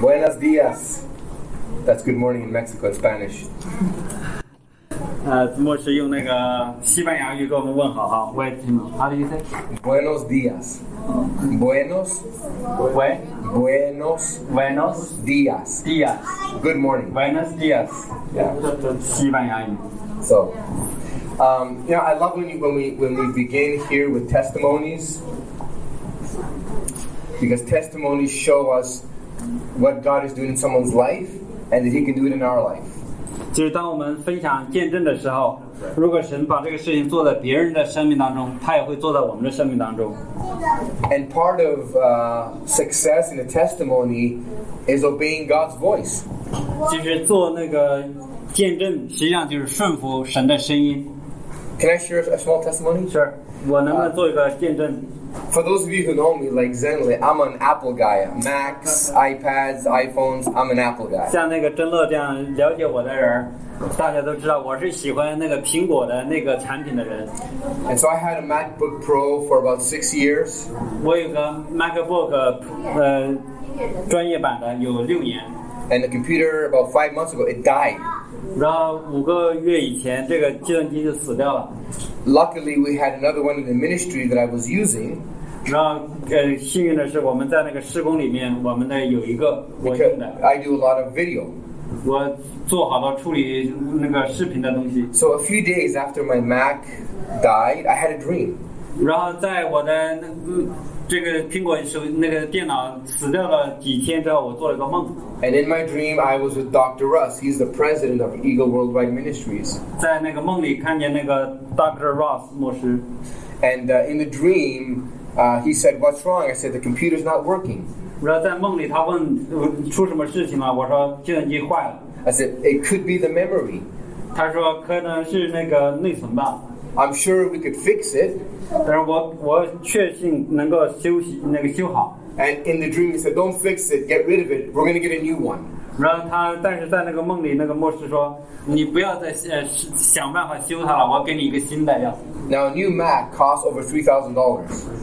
Buenos dias. That's good morning in Mexico in Spanish. 呃，子墨是用那个西班牙语给我们问好哈。喂，子墨，How do you say？ Buenos dias. Buenos, 喂 buenos ，Buenos dias. dias，Buenos Good morning. dias， Yeah. 西班牙语。 So, um, you know, I love when, you, when we when we begin here with testimonies because testimonies show us what God is doing in someone's life and that He can do it in our life. 就是当我们分享见证的时候，如果神把这个事情做在别人的生命当中，他也会做在我们的生命当中。 And part of uh, success in a testimony is obeying God's voice. 其实做那个见证，实际上就是顺服神的声音。 Can I share a small testimony? 是，我能不能做一个见证？ For those of you who know me, like Zenly, I'm an Apple guy. Macs, iPads, iPhones, I'm an Apple guy. 像那个真乐这样了解我的人儿，大家都知道我是喜欢那个苹果的那个产品的人。 And so I had a MacBook Pro for about six years. 我有个 MacBook，呃，专业版的有六年， And the computer, about five months ago, it died. 然后五个月以前这个计算机就死掉了。 Luckily, we had another one in the ministry that I was using 然后呃，幸运的是我们在那个施工里面，我们的有一个我用 because 的， I do a lot of video. 我做好了处理那个视频的东西。 So a few days after my Mac died, I had a dream. 然后在我的那个这个苹果手那个电脑死掉了几天之后，我做了个梦， And in my dream, I was with Dr. Russ. He's the president of Eagle Worldwide Ministries. 在那个梦里看见那个 Dr. Ross 牧师， And uh, in the dream, uh, he said, What's wrong? I said, The computer's not working. 然后在梦里他问呃出什么事情了，我说计算机坏了， I said, It could be the memory. 他说可能是那个内存吧， I'm sure we could fix it. 但是我我确信能够修习那个修好。 And in the dream, he said, Don't fix it, get rid of it. We're going to get a new one. 然后他，但是在那个梦里，那个牧师说：“你不要再呃想办法修它了，我给你一个新的要。 Now, a new Mac costs over $3,000. ”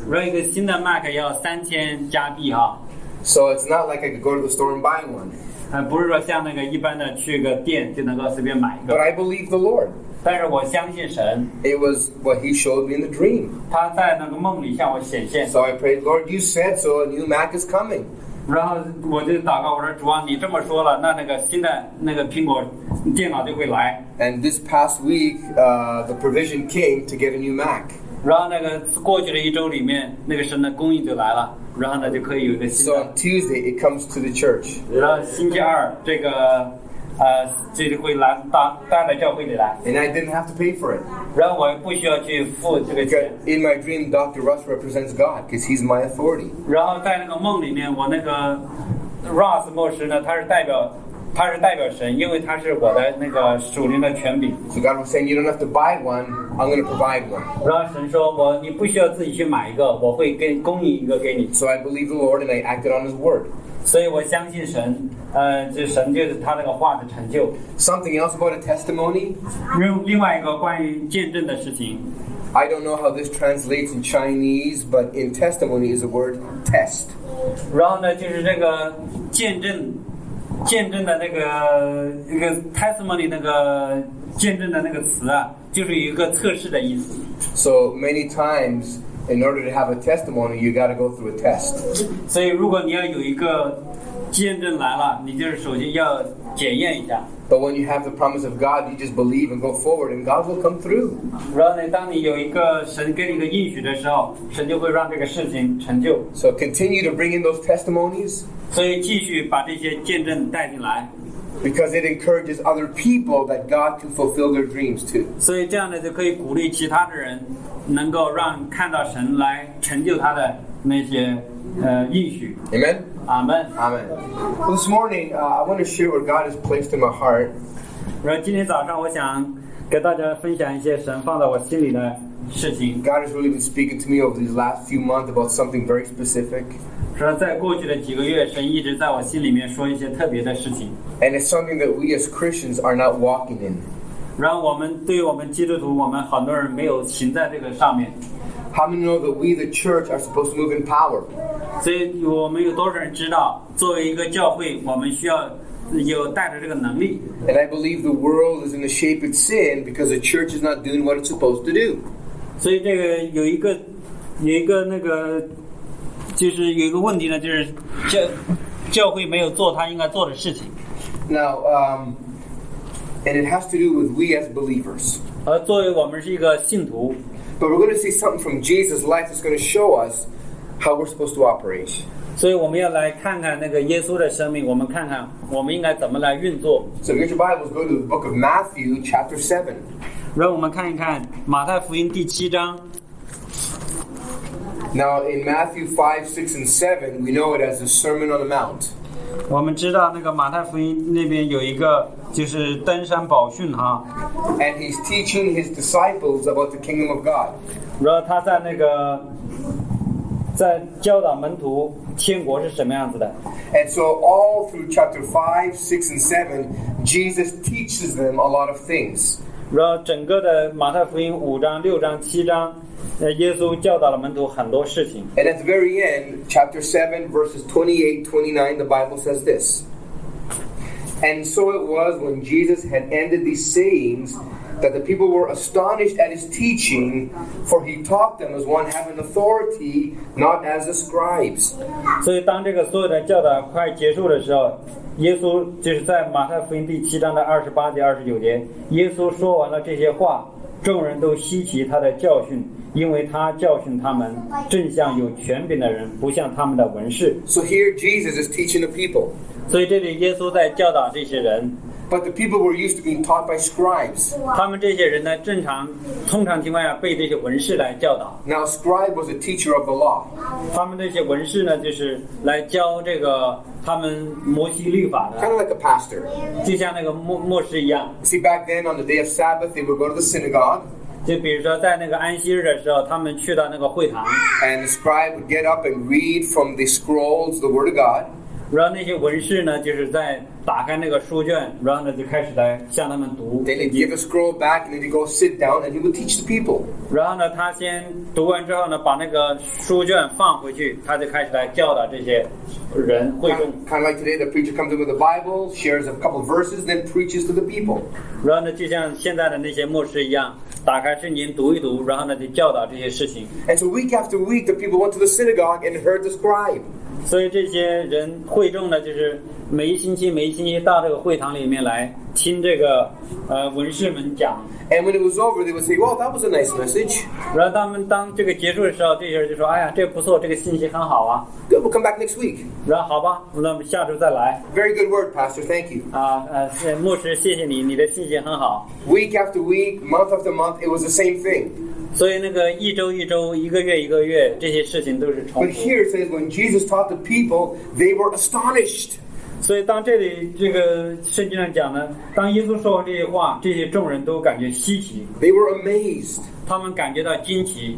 然后一个新的 Mac 要三千加币哈、 So it's not like I could go to the store and buy one. 呃，不是说像那个一般的去个店就能够随便买一 But 个。 I believe the Lord. 但是我相信神， It was what he showed me in the dream. 他在那个梦里向我显现， So I prayed, Lord, you said so, a new Mac is coming. 然后我就祷告，我说主啊，你这么说了，那那个新的那个苹果电脑就会来。 And this past week, uh, the provision came to get a new Mac. 然后那个过去的一周里面，那个神的供应就来了，然后呢就可以有一个新 So 的 on。Tuesday, it comes to the church. 然后星期二这个呃，这个会来大大的教会里来， And I didn't have to pay for it. 然后我也不需要去付这个钱。 Because in my dream, Dr. Russ represents God because he's my authority. 然后在那个梦里面，我那个 Ross 牧师呢，他是代表他是代表神，因为他是我的那个属灵的权柄。 So God was saying, You don't have to buy one, I'm going to provide one. 然后神说我你不需要自己去买一个，我会给供应一个给你。 So I believed the Lord and I acted on his word. 所以我相信神，呃，这神就是他那个话的成就。 Something else about a testimony 另另外一个关于见证的事情， I don't know how this translates in Chinese, but in testimony is the word test. 然后呢，就是这个见证，见证的那个那个 testimony 那个见证的那个词啊，就是有一个测试的意思。 So many times, in order to have a testimony, you got to go through a test. 所以，如果你要有一个见证来了，你就是首先要检验一下。 But when you have the promise of God, you just believe and go forward, and God will come through. 然后呢，当你有一个神给你一个应许的时候，神就会让这个事情成就。 So continue to bring in those testimonies 所以，继续把这些见证带进来。 because it encourages other people that God can fulfill their dreams too. 所以这样呢，就可以鼓励其他的人，能够让看到神来成就他的那些呃应许。 Amen? 阿门。 Amen. Well, this morning, uh, I want to share what God has placed in my heart. 然后今天早上，我想给大家分享一些神放在我心里的事情。 God has really been speaking to me over these last few months about something very specific. 说在过去的几个月，神一直在我心里面说一些特别的事情。 And it's something that we as Christians are not walking in. 然后我们对于我们基督徒，我们很多人没有行在这个上面。 How many know that we, the church, are supposed to move in power? 所以我们有多少人知道，作为一个教会，我们需要有带着这个能力。 And I believe the world is in the shape it's in because the church is not doing what it's supposed to do. 所以这个有一个有一个那个，就是有一个问题呢，就是教教会没有做他应该做的事情， Now, um, and it has to do with we as believers. 而作为我们是一个信徒， But we're going to see something from Jesus' life that's going to show us how we're supposed to operate. 所以我们要来看看那个耶稣的生命，我们看看我们应该怎么来运作。 So if you get your Bibles, go to the book of Matthew, chapter 7. 让我们看一看马太福音第七章， Now, in Matthew 5, 6, and 7, we know it as the Sermon on the Mount. 我们知道那个马太福音那边有一个就是登山宝训哈， And he's teaching his disciples about the kingdom of God. 然后他在那个在教导门徒天国是什么样子的。 And so, all through chapter 5, 6, and 7, Jesus teaches them a lot of things. 然后整个的马太福音五章、六章、七章，呃，耶稣教导了门徒很多事情。 And at the very end, chapter 7, verses 28, 29, the Bible says this. And so it was when Jesus had ended these sayings that the people were astonished at his teaching, for he taught them as one having authority, not as the scribes. 所以当这个所有的教导快结束的时候，耶稣就是在马太福音第七章的二十八节、二十九节，耶稣说完了这些话，众人都稀奇他的教训，因为他教训他们，正像有权柄的人，不像他们的文士。 So here Jesus is teaching the people. 所以这里耶稣在教导这些人， But the people were used to being taught by scribes. 他们这些人呢，正常通常情况下被这些文士来教导。 Now, a scribe was a teacher of the law, 他们这些文士呢，就是来教这个他们摩西律法 kind 的， of like a pastor. 就像那个牧牧师一样。 See, back then on the day of Sabbath, they would go to the synagogue. 就比如说在那个安息日的时候，他们去到那个会堂， And the scribe would get up and read from the scrolls the Word of God. 然后那些文士呢，就是在打开那个书卷，然后呢就开始来向他们读。 Then he'd give a scroll back and then he'd go sit down and he would teach the people. 然后呢，他先读完之后呢，把那个书卷放回去，他就开始来教导这些人会众。 Kind of like today, the preacher comes in with a Bible, shares a couple verses, then preaches to the people. 然后呢，就像现在的那些牧师一样，打开圣经读一读，然后呢就教导这些事情。 And so week after week, the people went to the synagogue and heard the scribe. 所以这些人会众呢，就是每一星期每一星期到这个会堂里面来听这个呃文士们讲。 And when it was over, they would say, Well, that was a nice message. 然后他们当这个结束的时候，这些人就说：“哎呀，这不错，这个信息很好啊。 Good, we'll come back next week. ”然后好吧，那我们下周再来 Very good word, Pastor. Thank you. 啊。呃，是牧师，谢谢你，你的信息很好。 Week after week, month after month, it was the same thing. 所以那个一周一周，一个月一个月，这些事情都是重 But 复。 here it says, when Jesus taught the people, they were astonished. 所以当这里这个圣经上讲呢，当耶稣说完这些话，这些众人都感觉稀奇， They were amazed. 他们感觉到惊奇，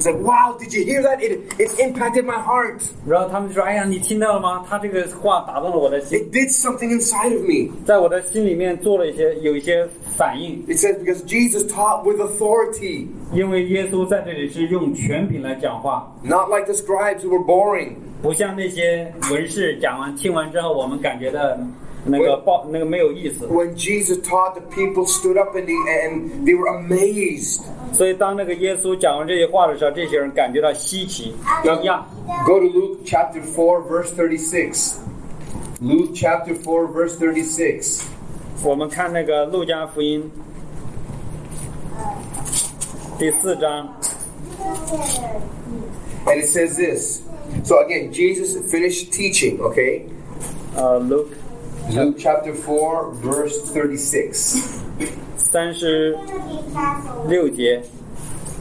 It's like, wow, did you hear that? It, it's impacted my heart. 然后他们就说：“哎呀，你听到了吗？他这个话打动了我的心， It did something inside of me. 在我的心里面做了一些有一些反应， It says, because Jesus taught with authority, 因为耶稣在这里是用权柄来讲话， not like the scribes who were boring. 不像那些文士讲完听完之后，我们感觉到那个报那个没有意思。 When Jesus taught, the people stood up and they, and they were amazed. 所以当那个耶稣讲完这些话的时候，这些人感觉到稀奇一样。” Go to Luke chapter 4, verse 36. Luke chapter 4, verse 36. 我们看那个《路加福音》第四章， And it says this. So again, Jesus finished teaching, okay? 呃，《路 Luke chapter 4, verse 36. 三十六节。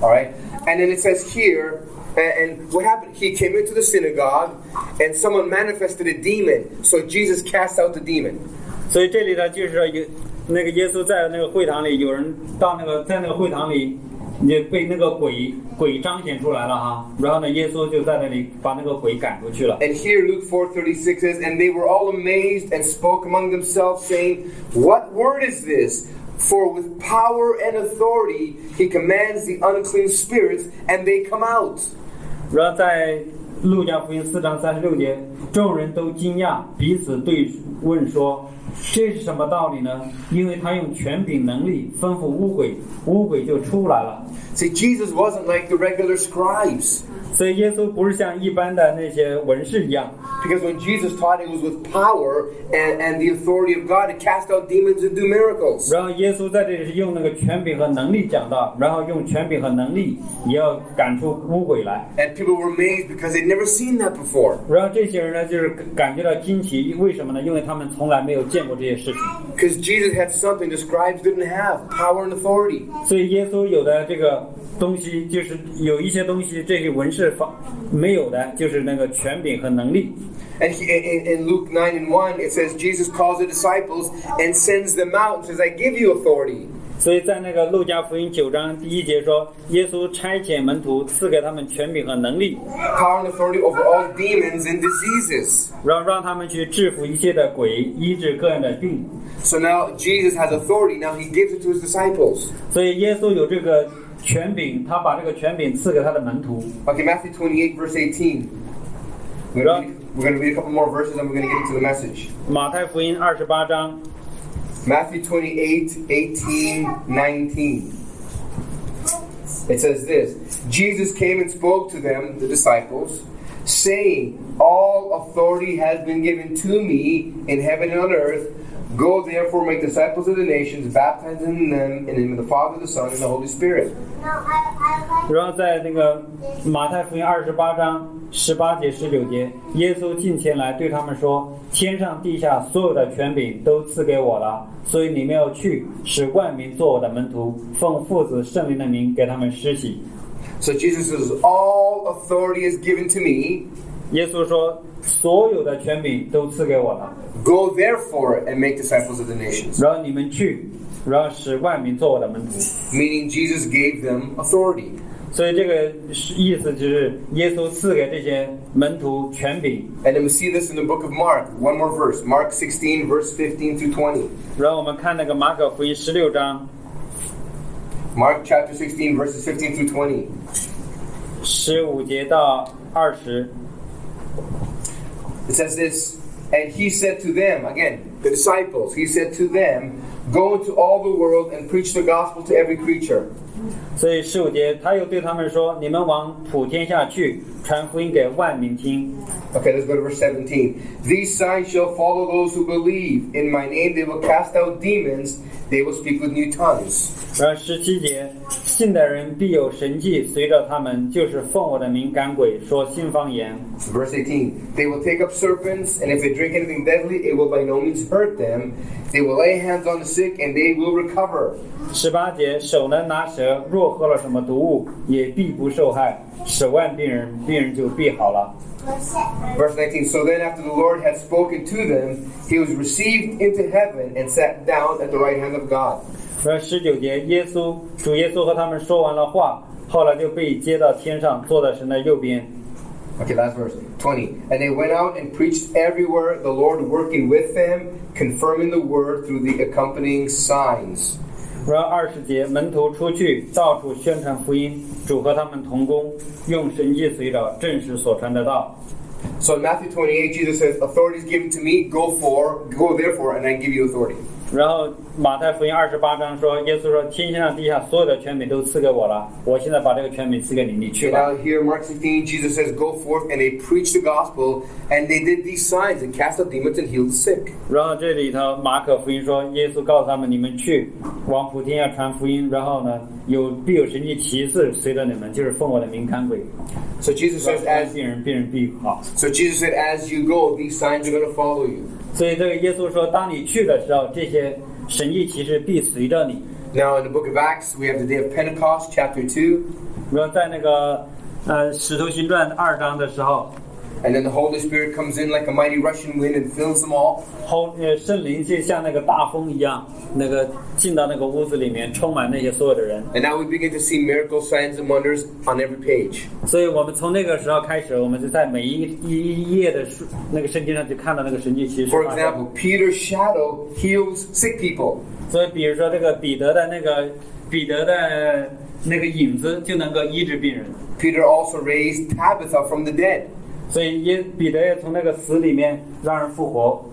All right. And then it says here, a- and what happened? He came into the synagogue, and someone manifested a demon. So Jesus cast out the demon. 所以这里呢，就是说有那个耶稣在那个会堂里，有人到那个在那个会堂里，也被那个鬼鬼彰显出来了哈。然后呢，耶稣就在那里把那个鬼赶出去了。 And here Luke 4:36 says, and they were all amazed and spoke among themselves, saying, "What word is this? For with power and authority he commands the unclean spirits, and they come out. 然后在路加福音四章三十六节，众人都惊讶，彼此对问说：“这是什么道理呢？”因为他用权柄能力吩咐污鬼，污鬼就出来了。 See, Jesus wasn't like the regular scribes, 所以耶稣不是像一般的那些文士一样， because when Jesus taught, it was with power and, and the authority of God to cast out demons and do miracles. 然后耶稣在这里是用那个权柄和能力讲道，然后用权柄和能力也要赶出污鬼来。 And people were amazed because they'd never seen that before. 然后这些人呢，就是感觉到惊奇，为什么呢？因为他们从来没有见过这些事情， Because Jesus had something the scribes didn't have power and authority. 所以耶稣有的这个东西，就是有一些东西，这些文士方没有的，就是那个权柄和能力。 And he, in, in Luke 9 and 1, it says, Jesus calls the disciples and sends them out and says, I give you authority. 所以在那个路加福音九章第一节说，耶稣差遣门徒赐给他们权柄和能力， Power and authority over all demons and diseases. 然后让他们去制服一切的鬼，医治各样的病。 So now Jesus has authority. Now he gives it to his disciples. 所以耶稣有这个权柄，他把这个权柄赐给他的门徒。 Okay, Matthew 28, verse 18. We're going to read, we're gonna read a couple more verses and we're going to get into the message. 马太福音二十八章 Matthew 28, 18, 19. It says this Jesus came and spoke to them, the disciples, saying, All authority has been given to me in heaven and on earth. Go therefore make disciples of the nations, baptizing them in the name of the Father, the Son, and the Holy Spirit. 然后在那个马太福音二十八章十八节、十九节，耶稣近前来对他们说：“天上地下所有的权柄都赐给我了，所以你们要去，使万民做我的门徒，奉父子圣灵的名给他们施洗。 So Jesus says, All authority is given to me. ”耶稣说：“所有的权柄都赐给我了， Go therefore and make disciples of the nations. 然后你们去，然后使万民做我的门徒。” Meaning Jesus gave them authority. 所以这个是意思就是耶稣赐给这些门徒权柄， And then we see this in the book of Mark. One more verse. Mark 16, verse 15 through 20. 然后我们看那个马可福音十六章 Mark chapter 16, verses 15 through 20. 十五节到二十， It says this And he said to them, again, the disciples, he said to them, Go into all the world and preach the gospel to every creature. 所以十五节他又对他们说：“你们往普天下去，传福音给万民听。 Okay, let's go to verse 17. These signs shall follow those who believe. In my name they will cast out demons, they will speak with new tongues. ”然后十七节，信的人必有神迹随着他们，就是奉我的名赶鬼，说新方言。 Verse 18 They will take up serpents, and if they drink anything deadly, it will by no means hurt them. They will lay hands on the sick, and they will recover. 十八节，手能拿蛇，若喝了什么毒物，也必不受害，使万病人，病人就必好了。 Verse 19 So then, after the Lord had spoken to them, he was received into heaven and sat down at the right hand of God. 而十九节，耶稣主耶稣和他们说完了话，后来就被接到天上，坐在神的右边。 Okay, last verse 20. And they went out and preached everywhere, the Lord working with them, confirming the word through the accompanying signs. 然后二十节，门徒出去到处宣传福音，主和他们同工，用神迹随着证实所传的道。 So in Matthew 28, Jesus says, Authority is given to me, go for, go therefore, and I give you authority. 然后马太福音二十八章说，耶稣说：“天上地下所有的权柄都赐给我了，我现在把这个权柄赐给你，你去 And 吧。 now here, Mark 16, Jesus says, Go forth, and they preach the gospel, and they did these signs and cast out demons and healed the sick. ”然后这里头马可福音说，耶稣告诉他们：“你们去往普天下传福音，然后呢，有必有神迹奇事随着你们，就是奉我的名看鬼。” So Jesus 所以 says, 爱 as 病人，病人必好。 so Jesus said, as you go, these signs are going to follow you. 所以这个耶稣说，当你去的时候，这些神迹奇事必随着你。 Now in the book of Acts, we have the day of Pentecost, chapter 2, 然后在那个呃《使徒行传》二章的时候， and then the Holy Spirit comes in like a mighty rushing wind and fills them all. 后呃圣灵就像那个大风一样，那个进到那个屋子里面，充满那些所有的人。 And now we begin to see miracles, signs, and wonders on every page. 所以我们从那个时候开始，我们就在每一一一页的书那个圣经上就看到那个神迹奇事 For 发生。 example, Peter's shadow heals sick people. 所以，比如说这个彼得的那个彼得的那个影子就能够医治病人， Peter also raised Tabitha from the dead. 所以耶彼得也从那个死里面让人复活。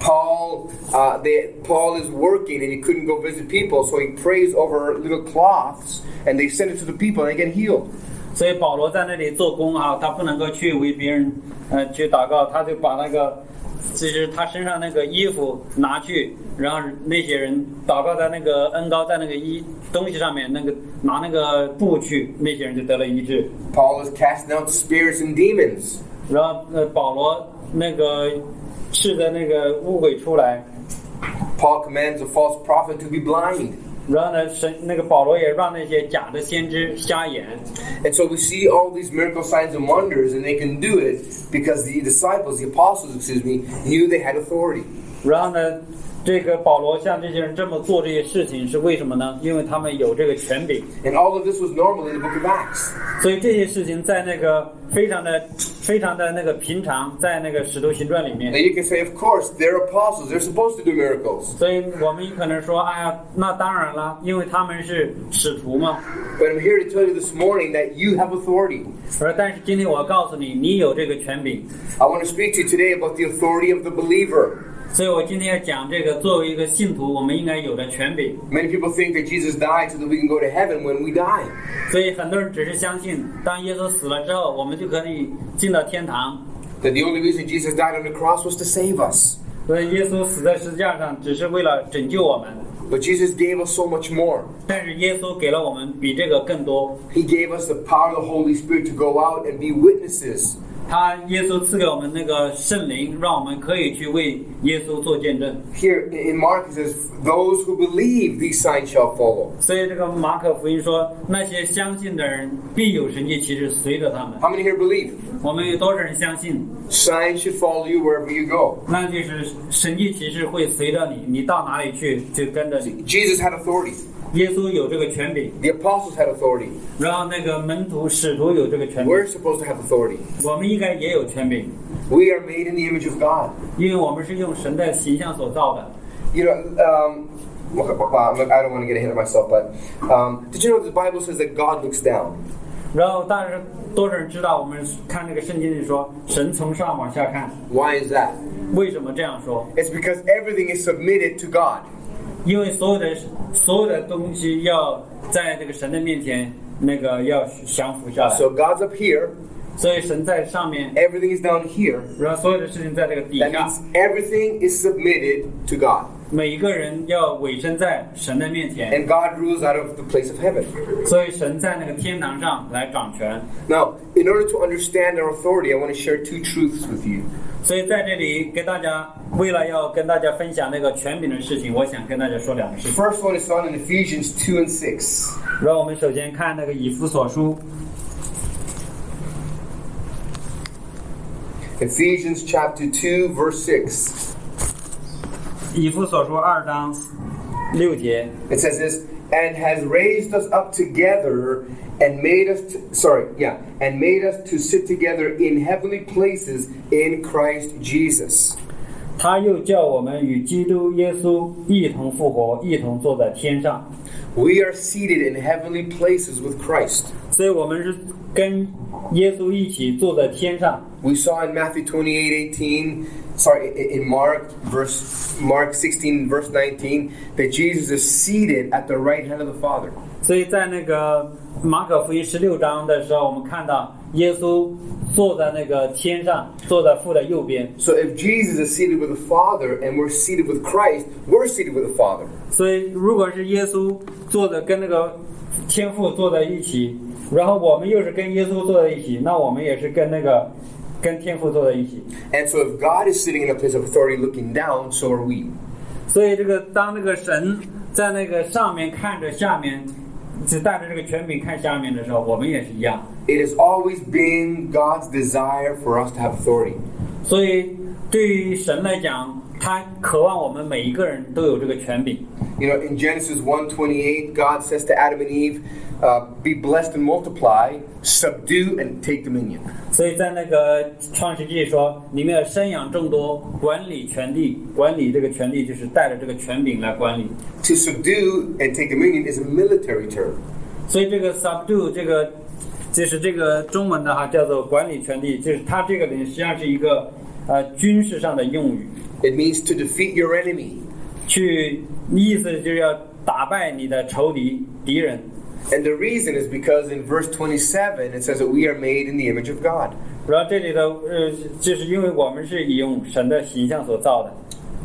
Paul, uh, they, Paul is working and he couldn't go visit people, so he prays over little cloths and they send it to the people and they get healed. 所以保罗在那里做工啊，他不能够去为别人呃去祷告，他就把那个就是他身上那个衣服拿去，然后那些人祷告在那个恩高在那个衣东西上面，那个拿那个布去，那些人就得了医治。 Paul is casting out spirits and demons. 然后呃保罗那个斥的那个乌鬼出来， Paul commands a false prophet to be blind. 然后呢神那个保罗也让那些假的先知瞎眼， And so we see all these miracle signs and wonders, and they can do it because the disciples, the apostles, excuse me, knew they had authority. 然后呢。这个保罗像这些人这么做这些事情是为什么呢？因为他们有这个权柄， And all of this was normal in the book of Acts. 所以这些事情在那个非常的、非常的那个平常，在那个《使徒行传》里 Now 面。 you can say, of course, they're apostles, they're supposed to do miracles. 所以我们可能说，哎呀，那当然了，因为他们是使徒嘛。 But I'm here to tell you this morning that you have authority. 而但是今天我告诉你，你有这个权柄。 I want to speak to you today about the authority of the believer. 所以我今天要讲这个，作为一个信徒，我们应该有的权柄。 Many people think that Jesus died so that we can go to heaven when we die. 所以很多人只是相信，当耶稣死了之后，我们就可以进到天堂。 That the only reason Jesus died on the cross was to save us. 所以耶稣死在十字架上，只是为了拯救我们。 But Jesus gave us so much more. 但是耶稣给了我们比这个更多。 He gave us the power of the Holy Spirit to go out and be witnesses. 他耶稣赐给我们那个圣灵，让我们可以去为耶稣做见证。 Here in Mark it says, Those who believe these signs shall follow. 所以这个马可福音说，那些相信的人必有神迹奇事随着他们。 How many here believe? 我们有多少人相信？ Signs should follow you wherever you go. 那就是神迹奇事会随着你，你到哪里去就跟着你。 Jesus had authority. 耶稣有这个权柄， The apostles had authority. 然后那个门徒使徒有这个权柄， We're supposed to have authority. 我们应该也有权柄， We are made in the image of God. 因为我们是用神的形象所造的。 You know, um, look, look, look, I don't want to get ahead of myself, but um, did you know the Bible says that God looks down? 然后，但是多少人知道？我们看这个圣经里说，神从上往下看， Why is that? 为什么这样说？ It's because everything is submitted to God. 因为所有的所有的东西要在这个神的面前，那个要降服下来。 So God's up here, 所以神在上面， everything is down here. 然后所有的事情在这个底 That 下， means everything is submitted to God. 每一个人要委身在神的面前， And God rules out of the place of heaven. 所以神在那个天堂上来掌权。 Now, in order to understand our authority, I want to share two truths with you. 所以在这里跟大家，为了要跟大家分享那个权柄的事情，我想跟大家说两个事 The 情。 first one is found in Ephesians 2 and 6. 然后我们首先看那个以弗所书， Ephesians chapter 2, verse 6. 以弗所书二章六节。 It says this, and has raised us up together and made us, to, sorry, yeah, and made us to sit together in heavenly places in Christ Jesus. 他又叫我们与基督耶稣一同复活，一同坐在天上。 We are seated in heavenly places with Christ. 所以，我们是跟耶稣一起坐在天上。 We saw in Matthew 28 18, sorry, i- in Mark, verse, Mark 16, verse 19, that Jesus is seated at the right hand of the Father. 所以在那个马可福音十六章的时候，我们看到耶稣坐在那个天上，坐在父的右边。 So if Jesus is seated with the Father and we're seated with Christ, we're seated with the Father. 所以，如果是耶稣坐的跟那个天父坐在一起，然后我们又是跟耶稣坐在一起，那我们也是跟那个跟天父坐在一起。 And so if God is sitting in a place of authority looking down, so are we. 所以这个当那个神在那个上面看着下面，只带着这个权柄看下面的时候，我们也是一样。 It has always been God's desire for us to have authority. 所以对于神来讲，他渴望我们每一个人都有这个权柄。 You know, in Genesis 1:28, God says to Adam and Eve, uh, be blessed and multiply, subdue and take dominion. 所以在那个创世纪说，你们要生养众多，管理全地，管理这个权力就是带着这个权柄来管理。 To subdue and take dominion is a military term. 所以这个 subdue 这个就是这个中文的哈，叫做管理权力，就是它这个呢实际上是一个呃军事上的用语， It means to defeat your enemy. 去意思就是要打败你的仇敌敌人。 And the reason is because in verse 27 it says that we are made in the image of God. 然后这里的呃，就是因为我们是以用神的形象所造的，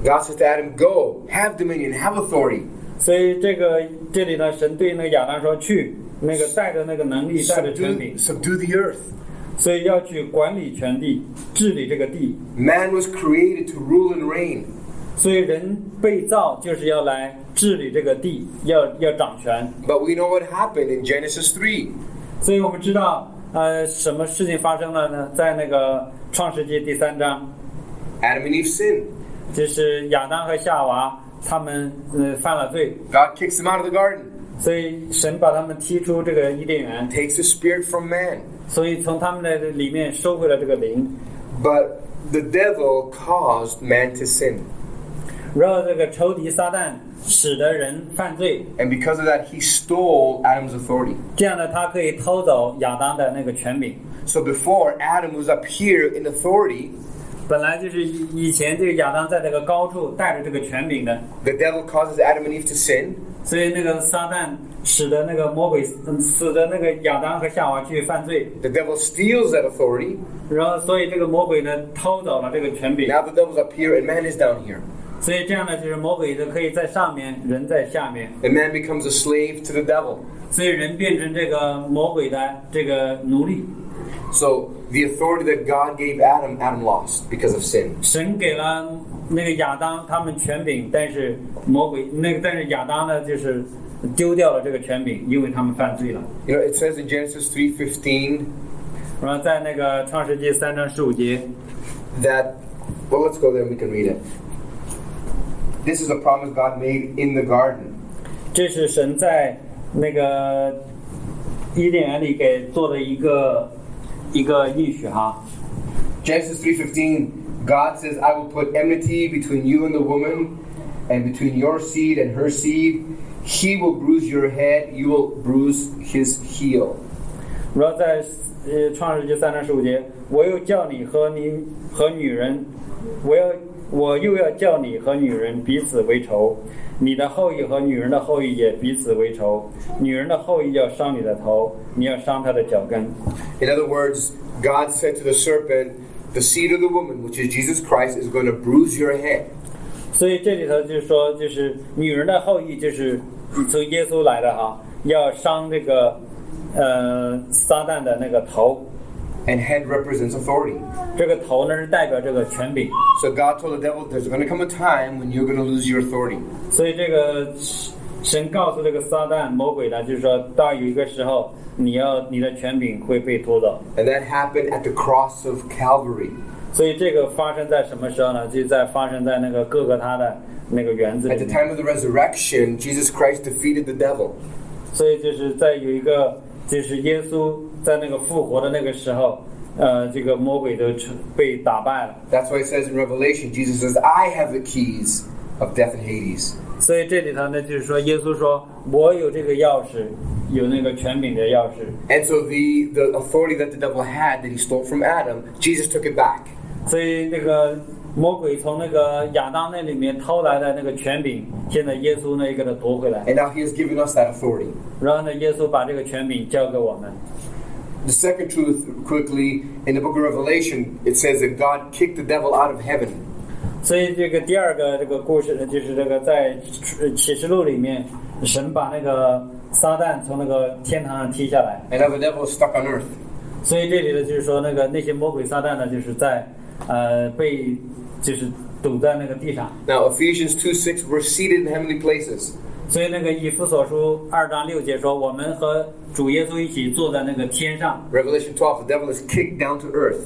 God says to Adam, Go, have dominion, have authority, 所以这个这里呢，神对那个亚当说去，那个带着那个能力，带着权柄 subdue,，subdue the earth. 所以要去管理全地，治理这个地。 Man was created to rule and reign. 所以人被造就是要来治理这个地，要要掌权。 But we know what happened in Genesis 3. 所以我们知道，呃，什么事情发生了呢？在那个创世纪第三章， Adam and Eve sinned. 就是亚当和夏娃他们呃犯了罪， God kicks them out of the garden, 所以神把他们踢出这个伊甸园。 takes his spirit from man. 所以从他们的里面收回了这个灵， But the devil caused man to sin. 然后这个仇敌撒旦使得人犯罪， And because of that, he stole Adam's authority. 这样呢，他可以偷走亚当的那个权柄。 So before, Adam was up here in authority. 本来就是以以前这个亚当在这个高处带着这个权柄的， The devil causes Adam and Eve to sin. 所以那个撒旦使得那个魔鬼，嗯使得那个亚当和夏娃去犯罪， The devil steals that authority. 然后所以这个魔鬼呢偷走了这个权柄， Now the devil's up here and man is down here. 所以这样呢就是魔鬼就可以在上面，人在下面， And man becomes a slave to the devil. 所以人变成这个魔鬼的这个奴隶。 So the authority that God gave Adam, Adam lost because of sin. 神给了那个亚当他们权柄，但是魔鬼那个，但是亚当呢，就是丢掉了这个权柄，因为他们犯罪了。 You know, it says in Genesis 3:15然后在那个创世纪三章十五节， that well, let's go there and we can read it. This is a promise God made in the garden. 这是神在那个伊甸园里给做的一个一个应许哈。 Genesis 3:15, God says, "I will put enmity between you and the woman, and between your seed and her seed. He will bruise your head; you will bruise his heel." 然后在呃创世纪三章十五节，我又叫你和你和女人，我要我又要叫你和女人彼此为仇，你的后裔和女人的后裔也彼此为仇，女人的后裔要伤你的头，你要伤她的脚跟。 In other words, God said to the serpent, "The seed of the woman, which is Jesus Christ, is going to bruise your head." 所以这里头就是说，就是女人的后裔就是从耶稣来的哈，要伤这个呃撒旦的那个头， And head represents authority. 这个头呢是代表这个权柄。 So God told the devil, "There's going to come a time when you're going to lose your authority." 所以这个神告诉这个撒旦魔鬼呢，就是说到有一个时候，你要你的权柄会被夺走。 And that happened at the cross of Calvary. 所以这个发生在什么时候呢？就在发生在那个各个他的那个园子 At the 里面。 time of the resurrection, Jesus Christ defeated the devil. 所以就是在有一个就是耶稣在那个复活的那个时候，呃，这个魔鬼都成被打败了。 That's why it says in Revelation, Jesus says, I have the keys of death and Hades. 所以这里头呢，就是说耶稣说：“我有这个钥匙，有那个权柄的钥匙。” And so the, the authority that the devil had that he stole from Adam, Jesus took it back. 所以那个魔鬼从那个亚当那里面偷来的那个权柄，现在耶稣呢又给他夺回来， And now he has given us that authority. 然后呢，耶稣把这个权柄交给我们。 The second truth, quickly, in the book of Revelation, it says that God kicked the devil out of heaven. 所以这个第二个这个故事呢，就是这个在启示录里面，神把那个撒旦从那个天堂上踢下来。 And now the devil is stuck on earth. 所以这里呢，就是说那个那些魔鬼撒旦呢，就是在呃被就是堵在那个地上。 Now, Ephesians 2 6, we're seated in heavenly places. 所以那个以弗所书二章六节说，我们和主耶稣一起坐在那个天上。 Revelation 12, the devil is kicked down to earth.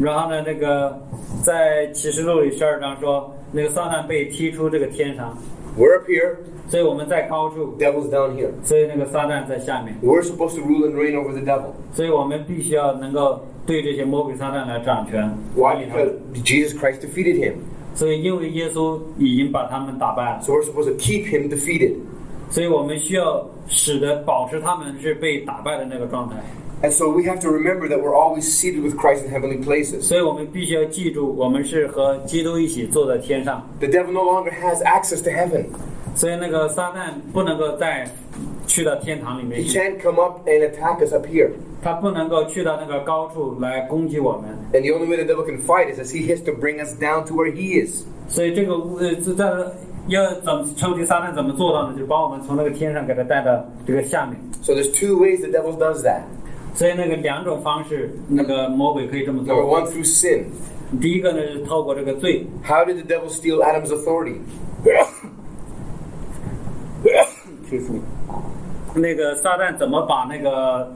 然后呢，那个在启示录里十二章说，那个撒旦被踢出这个天上， We're up here, 所以我们在高处， devil's down here. 所以那个撒旦在下面， We're supposed to rule and reign over the devil. 所以我们必须要能够对这些魔鬼撒旦来掌权。管 Why? 理他们 Because Jesus Christ defeated him. 所以因为耶稣已经把他们打败了， So we're supposed to keep him defeated. 所以我们需要使得保持他们是被打败的那个状态。 And so we have to remember that we're always seated with Christ in heavenly places. 所以我们必须要记住，我们是和基督一起坐在天上。 The devil no longer has access to heaven. 所以那个撒旦不能够再去到天堂里面 He 去， can't come up and attack us up here. 他不能够去到那个高处来攻击我们。 And the only way the devil can fight is as he has to bring us down to where he is. 所以这个呃，这在要怎么仇敌撒旦怎么做到呢？就把我们从那个天上给他带到这个下面。 So there's two ways the devil does that. 所以那个两种方式，那个魔鬼可以这么 Number 做。 one, through sin. 第一个呢是透过这个罪， How did the devil steal Adam's authority? 那个撒旦怎么把那个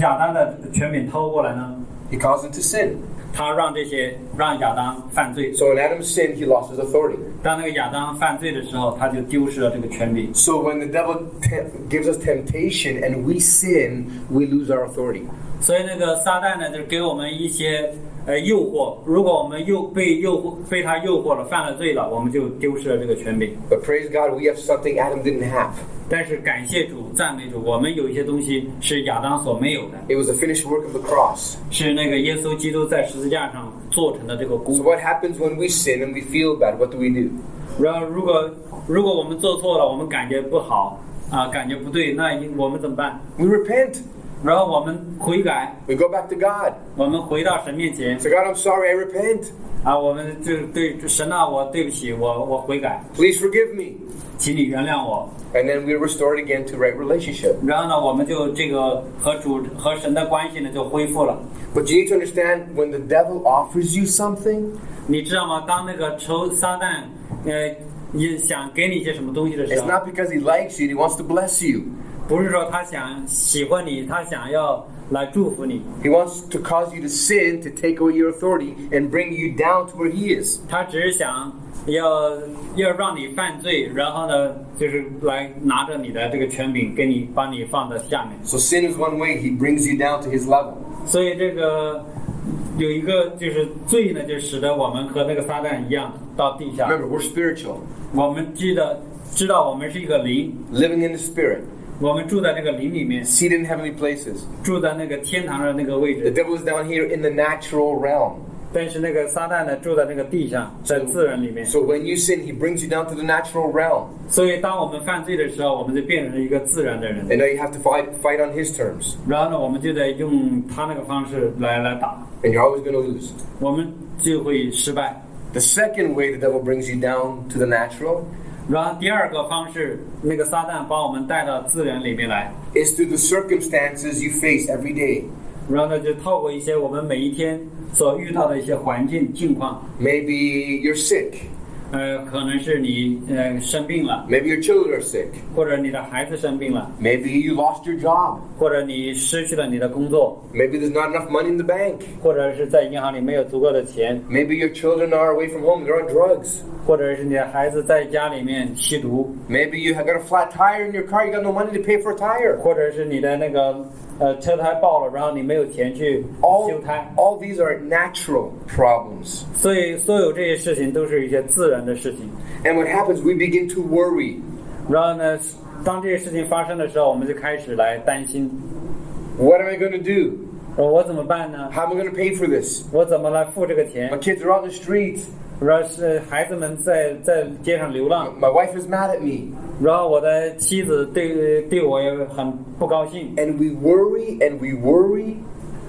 亚当的权柄偷过来呢？ He caused him to sin. 他让这些让亚当犯罪， So in Adam's sin, he lost his authority. 当那个亚当犯罪的时候，他就丢失了这个权柄。 So when the devil te- gives us temptation and we sin, we lose our authority. 所以那个撒旦呢，就是给我们一些呃诱惑。如果我们诱被诱惑被他诱惑了，犯了罪了，我们就丢失了这个权柄。 But praise God, we have something Adam didn't have. 但是感谢主，赞美主，我们有一些东西是亚当所没有的， It was the finished work of the cross. 是那个耶稣基督在十字架上做成的这个 So 功。 what happens when we sin and we feel bad? What do we do? 然后，如果如果我们做错了，我们感觉不好啊、感觉不对，那应我们怎么办？ We repent. 然后我们悔改， We go back to God. 我们回到神面前 Say, God, I'm sorry. I repent. 啊，我们就是对神啊，我对不起，我我悔改， Please forgive me. 请你原谅我。 And then we're restored again to right relationship. 然后呢，我们就这个和主和神的关系呢就恢复了。 But you need to understand when the devil offers you something, 你知道吗？当那个仇撒旦，呃，也想给你一些什么东西的时 it's 候， not because he likes you and he wants to bless you. 不是说他想喜欢你，他想要来祝福你， He wants to cause you to sin, to take away your authority, and bring you down to where he is. 他只是想要要让你犯罪，然后呢，就是来拿着你的这个权柄，给你把你放在下面。 So sin is one way he brings you down to his level. 所以这个有一个就是罪呢，就使得我们和那个撒旦一样到地下。 Remember, we're spiritual, 我们记得知道我们是一个灵， living in the spirit, 我们住在这个灵里面， seated in heavenly places. 住在那个天堂的那个位 The 置， devil is down here in the natural realm. 但是那个撒旦呢住在那个地上，在自然里面。 So when you sin, he brings you down to the natural realm. 所以当我们犯罪的时候，我们就变成了一个自然的人， And now you have to fight, fight on his terms. 然后呢，我们就得用他那个方式来来打， And you're always going to lose. 我们就会失败。 The second way the devil brings you down to the natural 然后第二个方式，那个撒旦把我们带到自然里面来， is through the circumstances you face every day. 然后呢，就透过一些我们每一天所遇到的一些环境境况， Maybe you're sick. 呃，可能是你呃生病了， Maybe your children are sick. 或者你的孩子生病了， Maybe you lost your job. 或者你失去了你的工作， Maybe there's not enough money in the bank. 或者是在银行里没有足够的钱， Maybe your children are away from home, they're on drugs. 或者是你的孩子在家里面吸毒， Maybe you have got a flat tire in your car, you got no money to pay for a tire. 或者是你的那个呃车胎爆了，然后你没有钱去 All, 修胎， all these are natural problems. 所以所有这些事情都是一些自然的事情。 And what happens, we begin to worry. 然后呢，当这些事情发生的时候，我们就开始来担心， What am I going to do? 呃我怎么办呢？ How am I going to pay for this? 我怎么来付这个钱 My？kids are out in the streets. 然后是孩子们在在街上流浪， My wife is mad at me. 然后我的妻子对对我也很不高兴， And we worry and we worry.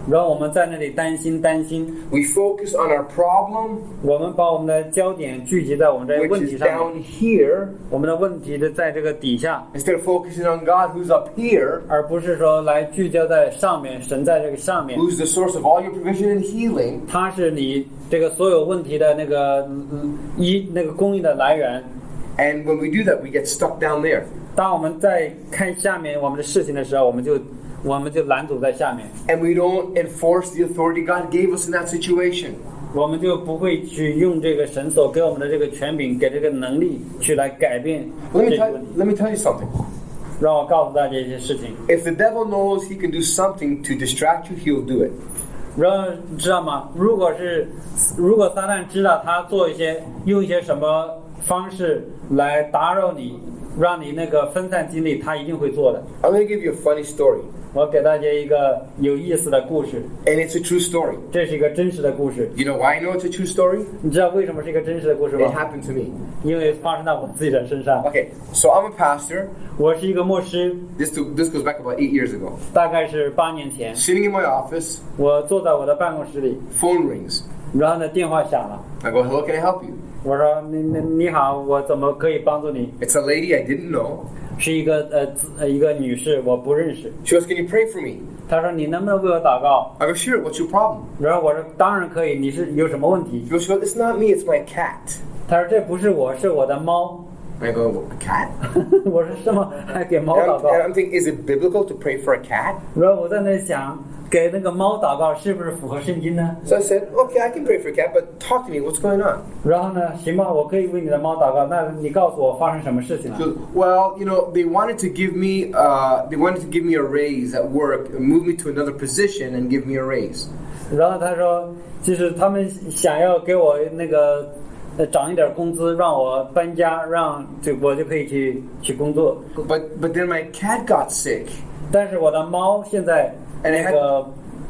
然后我们在那里担心担心， We focus on our problem, 我们把我们的焦点聚集在我们这 which 问 is 题上 down 面。here, 我们的问题的在这个底下， instead of focusing on God, who's up here, 而不是说来聚焦在上面。神在这个上面， who's the source of all your provision and healing. 他是你这个所有问题的那个嗯嗯一那个供应的来源。 And when we do that, we get stuck down there. 当我们在看下面我们的事情的时候，我们就我们就拦阻在下面， And we don't enforce the authority God gave us in that situation. 我们就不会去用这个神所给我们的这个权柄、给这个能力去来改变这 Let me 个 tell, 问题。 let me tell you something. 让我告诉大家一些事情， If the devil knows he can do something to distract you, he'll do it. 然后知道吗？如果是如果撒旦知道他做一些用一些什么方式来打扰你，让你那个分散精力，他一定会做的。 I'm going to give you a funny story, 我给大家一个有意思的故事， and it's a true story. 这是一个真实的故事。 You know why I know it's a true story? 你知道为什么是一个真实的故事 It 吗？ happened to me. 因为发生在我自己的身上。 Okay, so I'm a pastor. 我是一个牧师， This took, this goes back about eight years ago. 大概是八年前， Sitting in my office, 我坐在我的办公室里， phone rings. 然后呢电话响了， I go, "Hello, can I help you?" 我说你你你好，我怎么可以帮助你？ It's a lady I didn't know. 是一个呃自呃一个女士，我不认识。 She goes, "Can you pray for me?" 她说你能不能为我祷告？ I go, "Sure. What's your problem?" 然后我说当然可以，你是有什么问题 She？goes, "Well, it's not me. It's my cat." 她说这不是我，是我的猫。 I go, "Well, "A cat?" 我说什么？还给猫 And 祷 I'm, 告？ and I'm thinking, is it biblical to pray for a cat? 然后我在那想，给那个猫祷告是不是符合圣经呢？ So I said, "Okay, I can pray for a cat, but talk to me. What's going on?" 然后呢，行吧，我可以为你的猫祷告。那你告诉我发生什么事情了 She？goes, "Well, you know, they wanted to give me, uh, they wanted to give me a raise at work, and move me to another position, and give me a raise." 然后他说，就是他们想要给我那个呃涨一点工资，让我搬家，让就我就可以去去工作。 But but then my cat got sick, 但是我的猫现在哎那个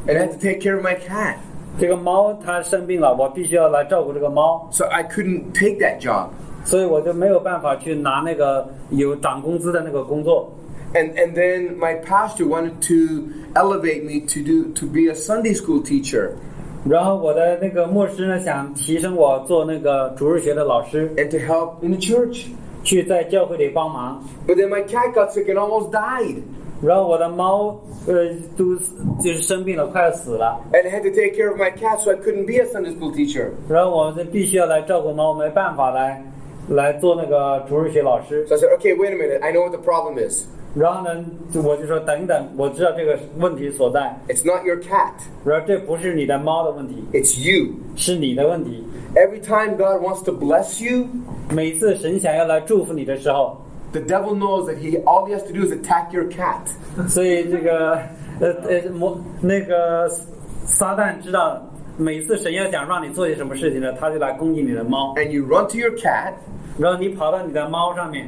and I had to take care of my cat, 这个猫它生病了，我必须要来照顾这个猫， so I couldn't take that job. 所以我就没有办法去拿那个有涨工资的那个工作。 And and then my pastor wanted to elevate me to do to be a Sunday school teacher 然后我的那个牧师呢，想提升我做那个主日学的老师， and to help in the church. 去在教会里帮忙。 But then my cat got sick and almost died, 然后我的猫，呃，都就是生病了，快要死了。 and I had to take care of my cat, so I couldn't be a Sunday school teacher. 然后我们必须要来照顾猫，我没办法来来做那个主日学老师。 So I said, okay, wait a minute, I know what the problem is. 然后呢，就我就说等等，我知道这个问题所在。 It's not your cat, 然后这不是你的猫的问题， it's you. 是你的问题。 Every time God wants to bless you, 每次神想要来祝福你的时候， the devil knows that he all he has to do is attack your cat. 所以这个呃呃魔那个撒旦知道，每次神要想让你做些什么事情呢，他就来攻击你的猫， and you run to your cat 然后你跑到你的猫上面，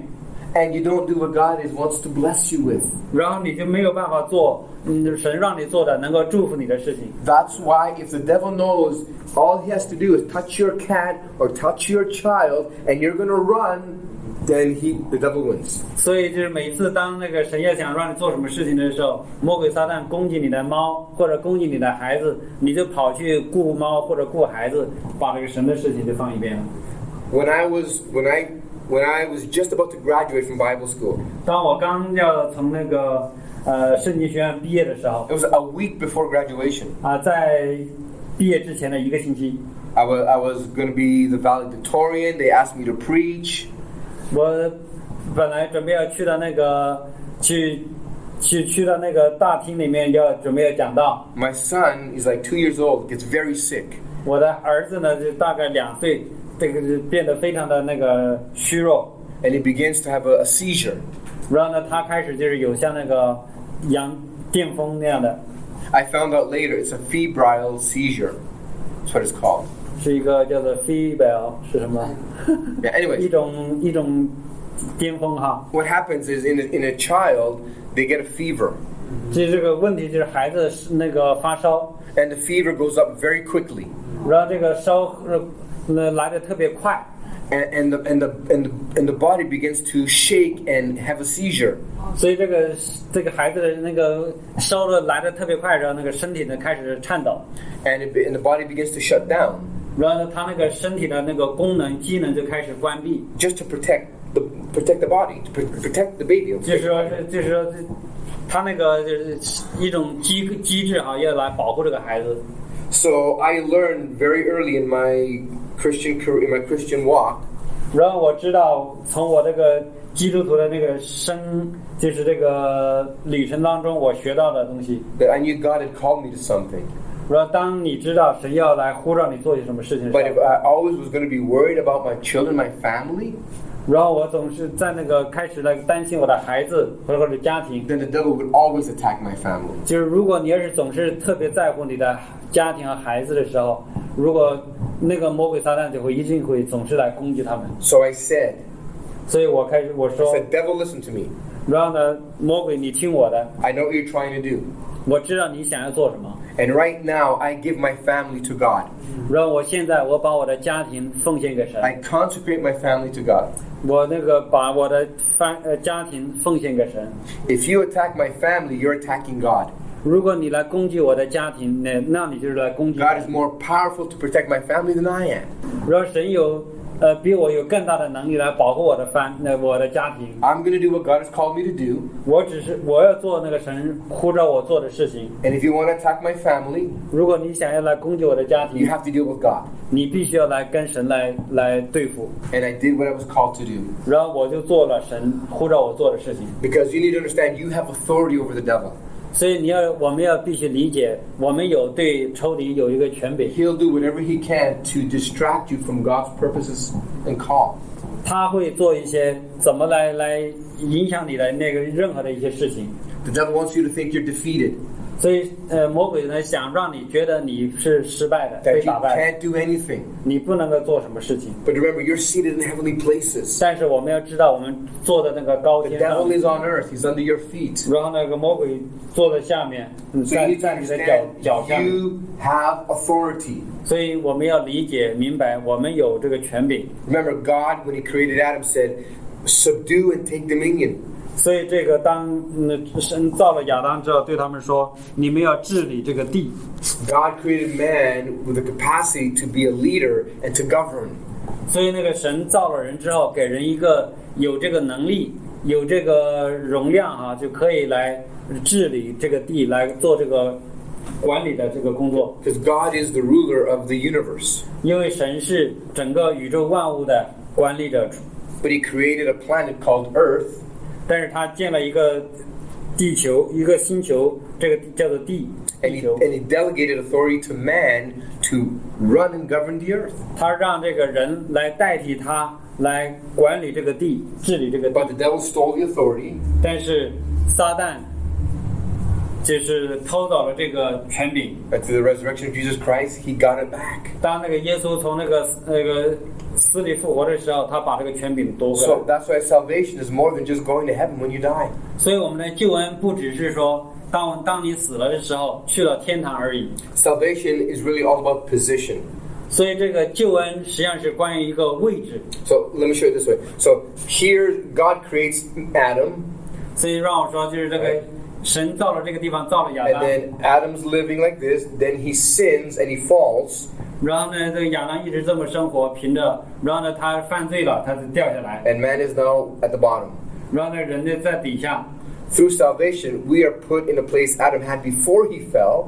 and you don't do what God is wants to bless you with. 然后你就没有办法做，嗯，神让你做的能够祝福你的事情。 That's why if the devil knows all he has to do is touch your cat or touch your child and you're going to run, then he the devil wins. 所以就是每次当那个神要想让你做什么事情的时候，魔鬼撒旦攻击你的猫或者攻击你的孩子，你就跑去顾猫或者顾孩子，把这个神的事情就放一边了。 When I was when I when I was just about to graduate from Bible school, 当我刚要从那个呃圣经学院毕业的时候 it was a week before graduation. 啊、在毕业之前的一个星期， I was I was going to be the valedictorian. They asked me to preach. 我本来准备要去到那个去去去到那个大厅里面要准备要讲道， My son is like 2 years old, gets very sick. 我的儿子呢就大概两岁，这个就变得非常的那个虚弱， And he begins to have a, a seizure. 然后呢他开始就是有像那个羊癫疯那样的， I found out later it's a febrile seizure. That's what it's called. 是一个叫做 febrile 是什么？ Yeah, 一 anyway, 种一种癫疯哈。 what happens is in a, in a child, they get a fever. 其实这个问题就是孩子是那个发烧， And the fever goes up very quickly. 然后这个烧呃呃来的特别快， And, and, the, and, the, and, the, and the body begins to shake and have a seizure. 所以这个这个孩子的那个烧的来的特别快，然后那个身体呢开始颤抖， And, it, be- and the body begins to shut down 然后呢他那个身体的那个功能机能就开始关闭， just to protect the, protect the body, to pr- protect the baby. 就是说就是说这他那个就是一种机机制哈，要来保护这个孩子。 So I learned very early in my Christian career, in my Christian walk, 然后我知道，从我这个基督徒的那个生，就是这个旅程当中，我学到的东西， that I knew God had called me to something. 说当你知道神要来呼召你做些什么事情的 But 时 if 候， I always was going to be worried about my children, my family, 然后我总是在那个开始来担心我的孩子或或者家庭， then the devil would always attack my family. 就是如果你要是总是特别在乎你的家庭和孩子的时候，如果那个魔鬼撒旦就会一定会总是来攻击他们。 So I said, 所以我开始我 I 说， said, devil, listen to me. 然后呢，魔鬼你听我的， I know what you're trying to do. 我知道你想要做什么。 And right now, I give my family to God. 然后我现在我把我的家庭奉献给神， I consecrate my family to God. 我那个把我的family 呃家庭奉献给神。 If you attack my family, you're attacking God. 如果你来攻击我的家庭，那那你就是来攻击。 God is more powerful to protect my family than I am. 然后神有呃比我有更大的能力来保护我的family 呃我的家庭。 I'm going to do what God has called me to do. 我只是我要做那个神呼召我做的事情。 And if you want to attack my family, 如果你想要来攻击我的家 you 庭， have to deal with God. 你必须要来跟神来来对付。 And I did what I was called to do. 然后我就做了神呼召我做的事情。 Because you need to understand you have authority over the devil. 所以你要我们要必须理解，我们有对仇敌有一个权柄， He'll do whatever he can to distract you from God's purposes and call. 他会做一些怎么来来影响你的那个任何的一些事情。 The devil wants you to think you're defeated, 所以，呃，魔鬼呢想让你觉得你是失败的， that 被 you 打败的， can't do anything. 你不能够做什么事情。 But remember, you're seated in heavenly places. 但是我们要知道，我们坐的那个高 The 天上 devil，is on earth, he's under your feet. 然后那个魔鬼坐在下面，嗯 So you 在 need to 在你的脚 understand 脚下面。 you have authority. 所以我们要理解明白，我们有这个权柄。 Remember, God, when he created Adam, said, subdue and take dominion. 所以这个当嗯神造了亚当之后，对他们说：“你们要治理这个地。 God created man with the capacity to be a leader and to govern. ”所以那个神造了人之后，给人一个有这个能力、有这个容量啊，就可以来治理这个地，来做这个管理的这个工作。 Because God is the ruler of the universe. 因为神是整个宇宙万物的管理者， But he created a planet called Earth 但是他建了一个地球，一个星球，这个叫做地 and 地 he, 球。 and he delegated authority to man to run and govern the earth. 他让这个人来代替他来管理这个地，治理这个地 But。the devil stole the authority 但是撒旦就是偷走了这个权柄。 but through the resurrection of Jesus Christ, he got it back. 当那个耶稣从那个那个死里复活的时候，他把这个权柄夺回来 So。that's why salvation is more than just going to heaven when you die. 所以我们的救恩不只是说当当你死了的时候去了天堂而已。 Salvation is really all about position. 所以这个救恩实际上是关于一个位置。 So let me show you this way. So here, God creates Adam, 所以让我说，就是这个神造了这个地方，造了亚 and 当， then Adam's living like this. Then he sins and he falls, 然后呢，这个亚当一直这么生活，凭着，然后呢，他犯罪了，他就掉下来， and man is now at the bottom. 然后呢，人呢在底下， Through salvation, we are put in a place Adam had before he fell,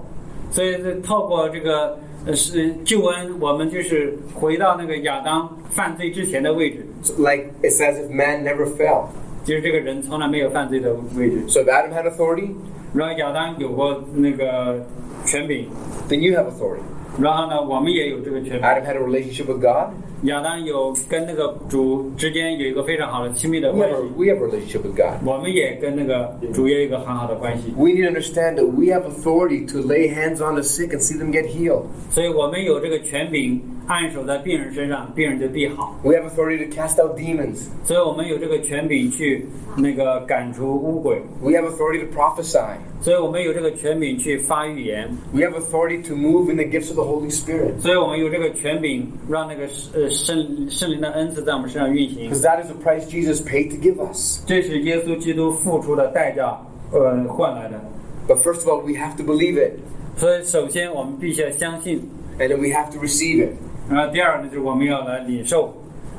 所以是透过这个呃是救恩，我们就是回到那个亚当犯罪之前的位置， So, like it's as if man never fell. 就是这个人从来没有犯罪的位置。 So if Adam had authority, 然后亚当有过那个权柄， then you have authority. 然后呢，我们也有这个权柄。 Adam had a relationship with God. 亚当有跟那个主之间有一个非常好的亲密的 We 关 have 系 a,，we have a relationship with God. 我们也跟那个主也有一个很好的关系， We need to understand that we have authority to lay hands on the sick and see them get healed. 所以我们有这个权柄按手在病人身上，病人就必好。 We have authority to cast out demons. 所以我们有这个权柄去那个赶除污鬼， We have authority to prophesy. 所以我们有这个权柄去发预言， We have authority to move in the gifts of the Holy Spirit. 所以我们有这个权柄让那个呃圣圣灵的恩赐在我们身上运行 Because。that is the price Jesus paid to give us. 这是耶稣基督付出的代价，呃，换来的。 But first of all, we have to believe it. 所以，首先我们必须要相信， And then we have to receive it. 然后第二呢，就是我们要来领受。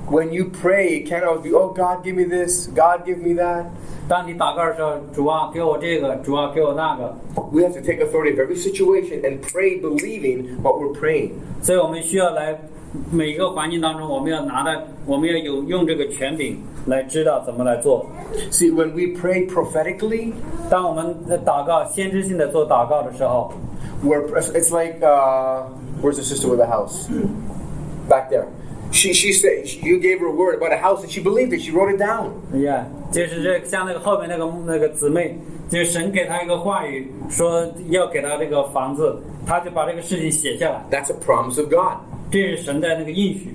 When you pray, it can't always be, oh, God, give me this, God, give me that. 当你祷告的时候，主啊，给我这个，主啊，给我那个。 We have to take authority of every situation and pray believing what we're praying. 所以我们需要来每个环境当中，我们要拿的，我们要有用这个权柄来知道怎么来做。 See, when we pray prophetically, 当我们在祷告、先知性的做祷告的时候， we're, it's like, uh, where's the sister with the house? Back there. She, she said, you gave her a word about a house and she believed it. She wrote it down. 哎呀，就是这像那个后面那个那个姊妹，就是神给她一个话语，说要给她这个房子，她就把这个事情写下来， That's a promise of God. 这是神的那个应许。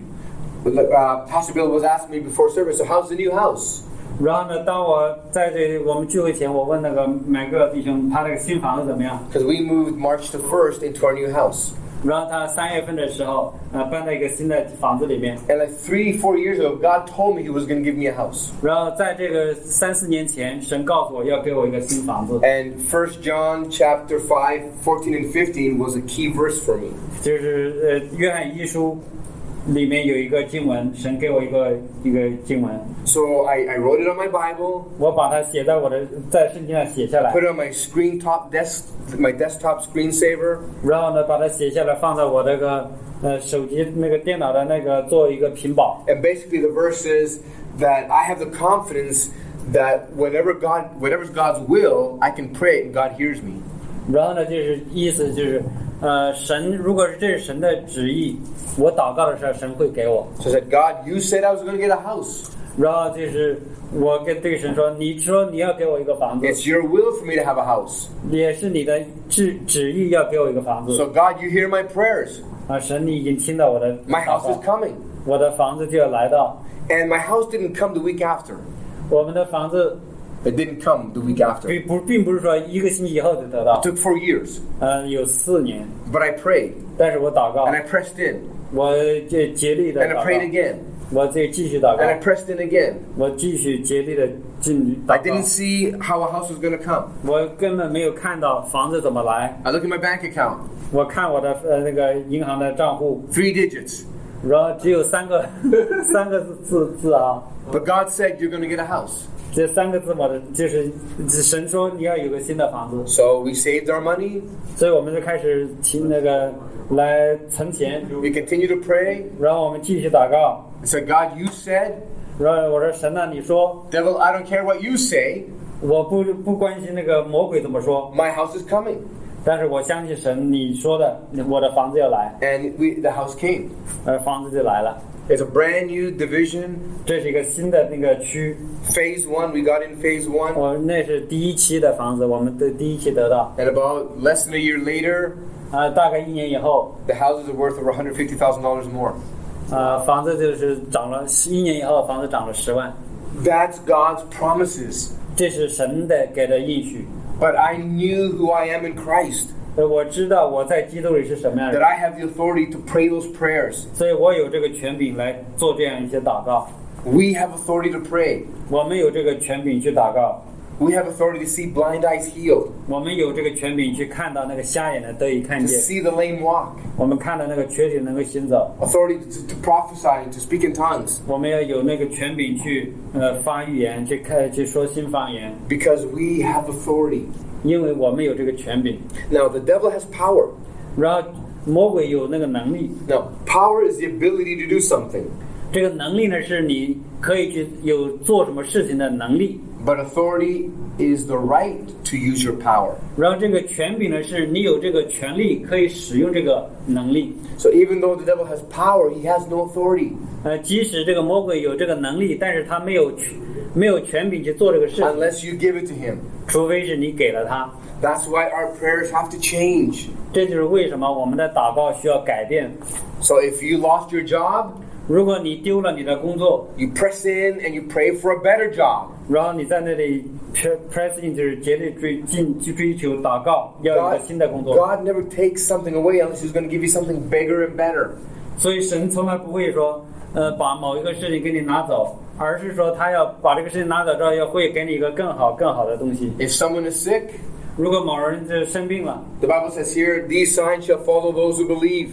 But, Uh, Pastor Bill was asking me before service, so how's the new house? 然后呢，当我在这我们聚会前，我问那个每个弟兄，他这个新房子怎么样？ Because we moved March the 1st into our new house. 然后他三月份的时候，呃，搬到一个新的房子里面。 And like three, four years ago, God told me He was going to give me a house. 然后在这个三四年前，神告诉我要给我一个新房子， And First John chapter 5, 14 and 15 was a key verse for me. 就是呃，约翰一书里面有一个经文，神给我一个一个经文， So I, I wrote it on my Bible, 我把它写在我的在圣经上写下来 put，it on my screen top desk, my desktop screensaver, 然后呢，把它写下来放在我这个呃手机那个电脑的那个做一个屏保。 and basically the verse is that I have the confidence that whenever God, whatever's God's will, I can pray it and God hears me. 然后呢，就是意思就是，呃，神如果是这是神的旨意，我祷告的时候神会给我。 So I said, God, you said I was going to get a house. 然后就是我跟对神说，你说你要给我一个房子， It's your will for me to have a house. 也是你的旨旨意要给我一个房子 So God, you hear my prayers. 啊！神，你已经听到我的 My 祷 house 告 is，coming. 我的房子就要来到。 And my house didn't come the week after. 我们的房子 It didn't come the week after. 并不并不是说一个星期以后就得到 It，took four years, 呃，有四年， but I prayed 但是我祷告 and，I pressed in 我这竭力的 and 祷 I prayed 告， again 我这继续祷 and I 告， pressed in again. 我继续竭力的进 I 祷 didn't 告， see how a house was going to come. 我根本没有看到房子怎么来， I look at my bank account, 我看我的呃那个银行的账户， three digits. 然后只有三个 三个字字啊。 But God said you're going to get a house. 这三个字母的，就是神说你要有个新的房子， So we saved our money. 所以我们就开始提那个来存钱， We continued to pray 然后我们继续祷告， and said, God, you said, 然后我说神啊呐、你说 devil, I don't care what you say. 我不不关心那个魔鬼怎么说， My house is coming. 但是我相信神你说的，我的房子要来， And we, the house came. 呃，房子就来了， It's a brand new division. 这是一个新的那个区， Phase one, we got in phase one. 我那是第一期的房子，我们的第一期得到， And about less than a year later, 啊、大概一年以后， the houses are worth over $150,000 more. 啊、房子就是涨了，一年以后房子涨了十万， That's God's promises. 这是神的给的应许。 But I knew who I am in Christ, 呃，我知道我在基督里是什么样 that 的人， I have the authority to pray those prayers. 所以我有这个权柄来做这样一些祷告。 We have authority to pray. 我们有这个权柄去祷告， We have authority to see blind eyes healed, 我们有这个权柄去看到那个瞎眼的得以看 to 见， see the lame walk, 我们看到那个瘸腿能够行走， authority to, to prophesy and to speak in tongues, 我们要有那个权柄去呃发预言，去开去说新方言， because we have authority. 因为我们有这个权柄。 Now, the devil has power. 然后魔鬼有那个能力， Now, power is the ability to do something, 这个能力呢是你可以去有做什么事情的能力， but authority is the right to use your power. 然后这个权柄呢，是你有这个权利可以使用这个能力。 So, even though the devil has power, he has no authority 呃，即使这个魔鬼有这个能力，但是他没有权，没有权柄去做这个事， unless you give it to him. 除非是你给了他。 That's why our prayers have to change. 这就是为什么我们的祷告需要改变。 So if you lost your job, 如果你丢了你的工作， you press in and you pray for a better job. 然后你在那里 pre- press in 就是竭力追进去追求祷告，要有一个 God, 新的工作。 God never takes something away unless He's going to give you something bigger and better. 所以神从来不会说，呃，把某一个事情给你拿走，而是说他要把这个事情拿走之后，要会给你一个更好更好的东西。 If someone is sick, 如果某人这生病了， the Bible says here, these signs shall follow those who believe.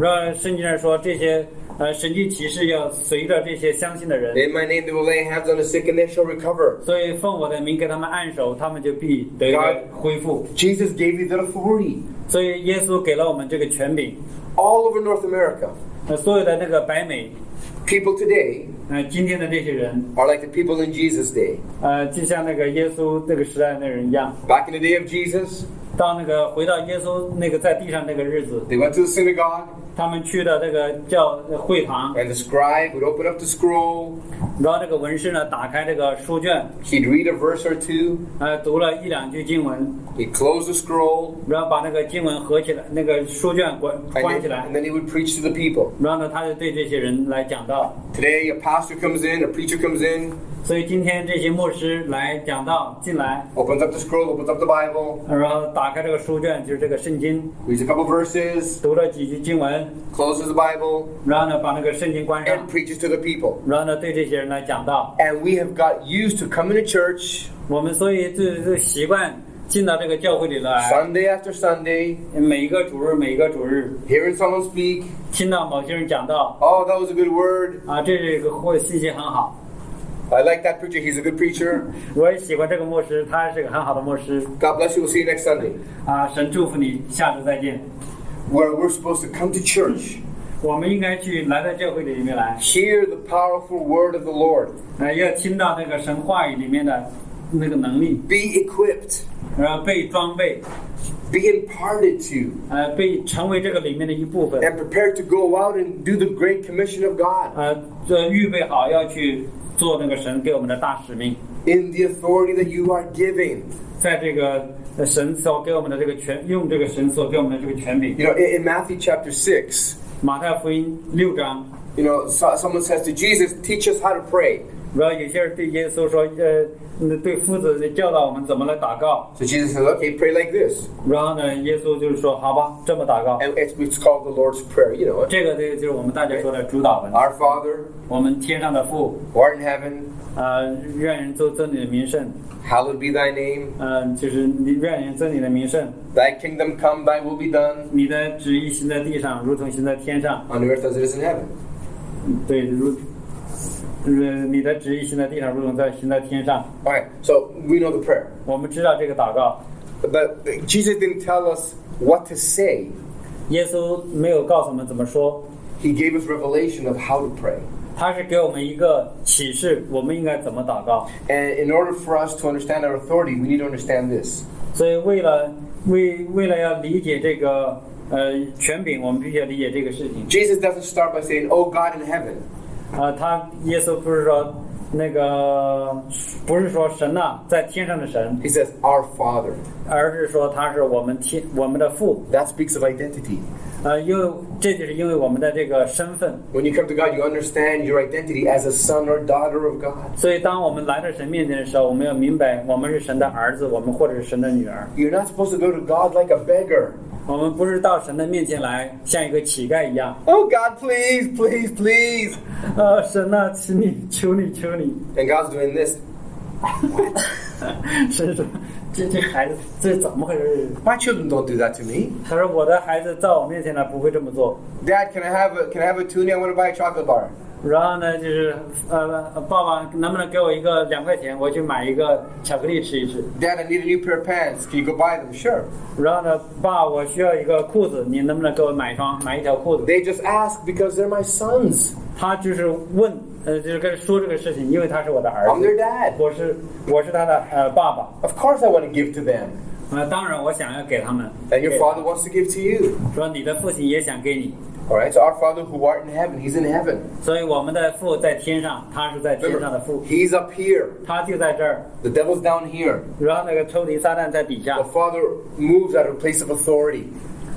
让圣经上说这些呃神迹奇事要随着这些相信的人， In my name they will lay hands on the sick and they shall recover. 所以奉我的名给他们按手，他们就必得以恢复。 Jesus gave you that authority 所以耶稣给了我们这个权柄， all over North America. 那所有的那个白美， People today 呃，今天的这些人， are like the people in Jesus' day. 呃，就像那个耶稣那个时代的人一样， Back in the day of Jesus, 当那个回到耶稣那个在地上那个日子， they went to the synagogue, 他们去了那个教会堂， and the scribe would open up the scroll. 然后那个文士呢打开这个书卷， He'd read a verse or two. 呃，读了一两句经文， He'd close the scroll, 然后把那个经文合起来，那个书卷关 and, 关起 then- 来 and，then he would preach to the people. 然后呢，他就对这些人来讲道。 Today, a pastor comes in, a preacher comes in, 所以今天这些牧师来讲道进来， opens up the scroll, opens up the Bible, 然后打开这个书卷，就是这个圣经， reads a couple verses, 读了几句经文， closes the Bible, 然后呢把那个圣经关上 and，preaches to the people. 然后呢对这些人来讲道。 And we have got used to coming to church 我们所以就就习惯进到这个教会里来， Sunday after Sunday, 每一个主日每一个主日 hearing someone speak. 听到某些人讲道 Oh, that was a good word. 啊，这是一个或信息很好。 I like that preacher. He's a good preacher. 我也喜欢这个牧师，他是个很好的牧师 God bless you. We'll see you next Sunday. 啊！神祝福你，下次再见。 Where we're supposed to come to church, 我们应该去来到教会里面来， hear the powerful word of the Lord, 呃，要听到那个神话语里面的那个能力， be equipped, 然后被装备， be imparted to, 呃，被成为这个里面的一部分， and prepared to go out and do the great commission of God 呃，这预备好要去做那个神给我们的大使命， in the authority that you are giving. 在这个呃神所给我们的这个权，用这个神所给我们的这个权柄。 You know, in, in Matthew chapter 6, 马太福音六章， you know, so, someone says to Jesus, Teach us how to pray. 然后有些人对耶稣说，呃，嗯对夫子教导我们怎么来祷告。 So Jesus says, Okay, pray like this. 然后呢，耶稣就是说，好吧，这么祷告。 And it's, it's called the Lord's Prayer. You know, 这个这个就是我们大家说的主导文。 Our Father, 我们天上的父， who art in heaven, 呃，愿人尊尊你的名圣， hallowed be thy name. 呃，就是你愿人尊你的名圣， Thy kingdom come, thy will be done 你的旨意行在地上，如同行在天上。 on earth as it is in heaven. 对，如，呃，你的旨意行在地上，如同在行在天上。 All right, so we know the prayer. 我们知道这个祷告， But Jesus didn't tell us what to say. 耶稣没有告诉我们怎么说， He gave us revelation of how to pray. 他是给我们一个启示，我们应该怎么祷告。 And in order for us to understand our authority, we need to understand this. 所以为了为为了要理解这个呃权柄，我们必须要理解这个事情。 Jesus doesn't start by saying, Oh God in heaven. 啊、他耶稣不是说那个不是说神呐、在天上的神， He says, Our Father. 而是说他是我们天我们的父。 That speaks of identity. 呃，因为这就是因为我们的这个身份， When you come to God, you understand your identity as a son or daughter of God. 所以当我们来到神面前的时候，我们要明白我们是神的儿子，我们或者是神的女儿。 You're not supposed to go to God like a beggar. 我们不是到神的面前来像一个乞丐一样， Oh God, please, please, please. 呃，神呐、请你，求你，求你。 And God's doing this. 神说，这这孩子这怎么回事？ My children don't do that to me. 他说我的孩子在我面前呢不会这么做。 Dad, can I have a can I have a toonie? I want to buy a chocolate bar. 然后呢，就是呃，爸爸能不能给我一个两块钱，我去买一个巧克力吃一吃。 Dad, I need a new pair of pants. Can you go buy them? Sure. 然后呢，爸，我需要一个裤子，你能不能给我买一双，买一条裤子？ They just ask because they're my sons. 他就是问，呃，就是跟说这个事情，因为他是我的儿 I'm 子， their dad. 我是我是他的呃爸爸， Of course I want to give to them. 呃，当然我想要给他们。 And your 给 father wants to give to you. 说你的父亲也想给你， Alright, so our father who art in heaven, he's in heaven. 所以我们的父在天上，他是在天上的 Remember, 父， he's up here. 他就在这儿。 The devil's down here. 然后那个抽离撒旦在底下 The，father moves out of a place of authority.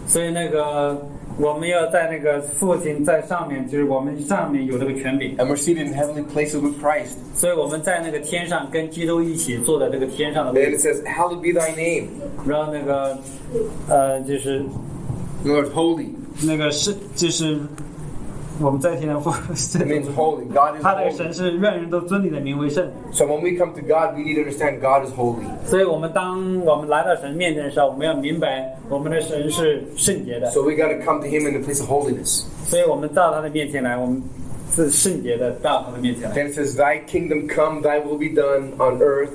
所以那个我们要在那个父亲在上面，就是我们上面有这个权柄， And we're seated in heavenly places with Christ. 所以我们在那个天上跟基督一起坐在这个天上的 And 位 it 置， says, Hallowed be thy name. 然后那个呃就是 Lord, holy. 那个是就是我们在天上父， It means holy. God is 他那个 holy. 神是愿人都尊你的名为圣， So when we come to God, we need to understand God is holy. 所以我们当我们来到神面前的时候，我们要明白我们的神是圣洁的， So we got to come to Him in the place of holiness. 所以我们到他的面前来，我们是圣洁的到他的面前来。 Then it says, Thy kingdom come, thy will be done on earth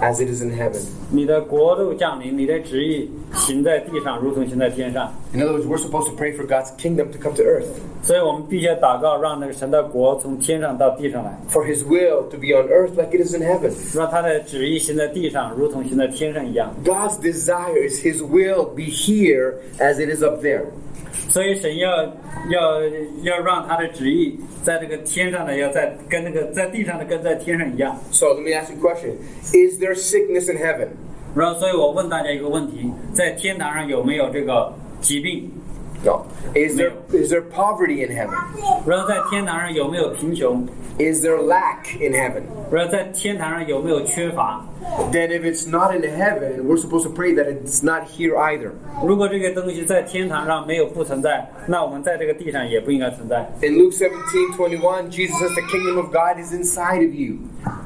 as it is in heaven. 你的国度降临，你的旨意行在地上，如同行在天上。 In other words, we're supposed to pray for God's kingdom to come to earth, 所以我们必须祷告，让那个神的国从天上到地上来， for His will to be on earth like it is in heaven. 让他的旨意行在地上，如同行在天上一样。 God's desire is His will be here as it is up there. 所以神要要要让他的旨意在这个天上的，要在跟那个在地上的跟在天上一样。 So let me ask you a question Is there sickness in heaven? 然后，所以我问大家一个问题：在天堂上有没有这个疾病？ No. Is there, is there poverty in heaven? 然后在天堂上有没有贫穷？ Is there lack in heaven? 然后在天堂上有没有缺乏？ Then, if it's not in heaven, we're supposed to pray that it's not here either. 如果这个东西在天堂上没有不存在，那我们在这个地上也不应该存在。 In Luke 17 21, Jesus says, The kingdom of God is inside of you.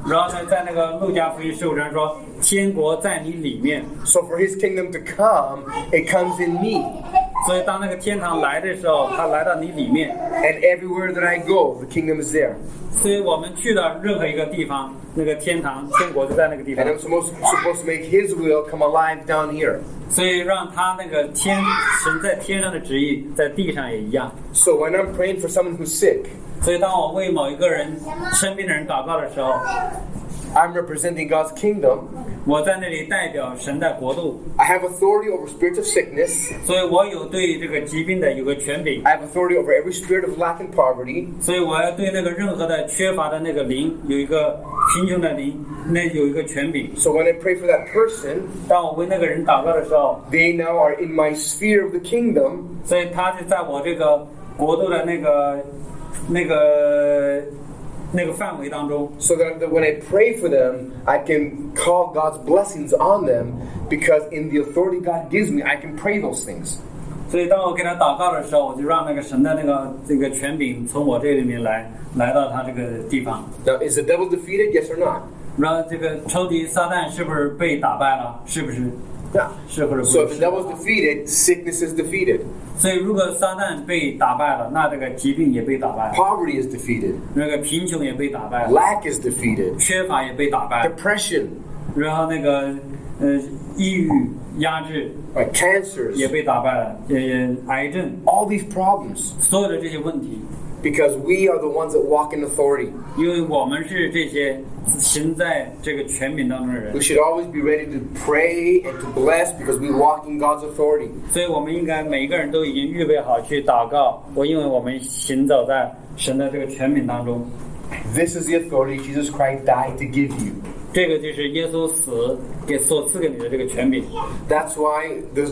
然后呢，在那个路加福音十五章说，天国在你里面。 So, for his kingdom to come, it comes in me. 所以当那个天堂来的时候，它来到你里面。 And everywhere that I go, the kingdom is there. 所以我们去到任何一个地方，那个天堂、天国就在那个地方 And。I'm supposed, supposed to make his will come alive down here. 所以让他那个天神在天上的旨意，在地上也一样。 So, when I'm praying for someone who's sick, 所以当我为某一个人生病的人祷告的时候， I'm representing God's kingdom. 我在那里代表神的国度， I have authority over spirits of sickness. 所以我有对这个疾病的有个权柄， I have authority over every spirit of lack and poverty. 所以我要对那个任何的缺乏的那个灵有一个贫穷的灵，那有一个权柄。 So when I pray for that person, 当我为那个人祷告的时候， they now are in my sphere of the kingdom, 所以他就在我这个国度的那个那个那个范围当中， so that that when I pray for them, I can call God's blessings on them because in the authority God gives me, I can pray those things. 所以当我给他祷告的时候，我就让那个神的那个这个权柄从我这里面来，来到他这个地方。 Now, is the devil defeated? Yes or not? 然后这个仇敌撒旦是不是被打败了？是不是？ Yeah. 是或者不 So if the 是？ devil's defeated, sickness is defeated, 所以如果撒旦被打败了，那这个疾病也被打败了， poverty is defeated, 那个贫穷也被打败了， lack is defeated, 缺乏也被打败了， depression, 然后那个呃抑郁、压制 like cancers, 也被打败了，也也癌症， all these problems. 所有的这些问题， Because we are the ones that walk in authority. 因为我们是这些行在这个权柄当中的人 We，should always be ready to pray and to bless because we walk in God's authority. 所以我们应该每个人都已经预备好去祷告。我因为我们行走在神的这个权柄当中， This is the authority Jesus Christ died to give you. 这个就是耶稣死给所赐给你的这个权柄。 That's why there's.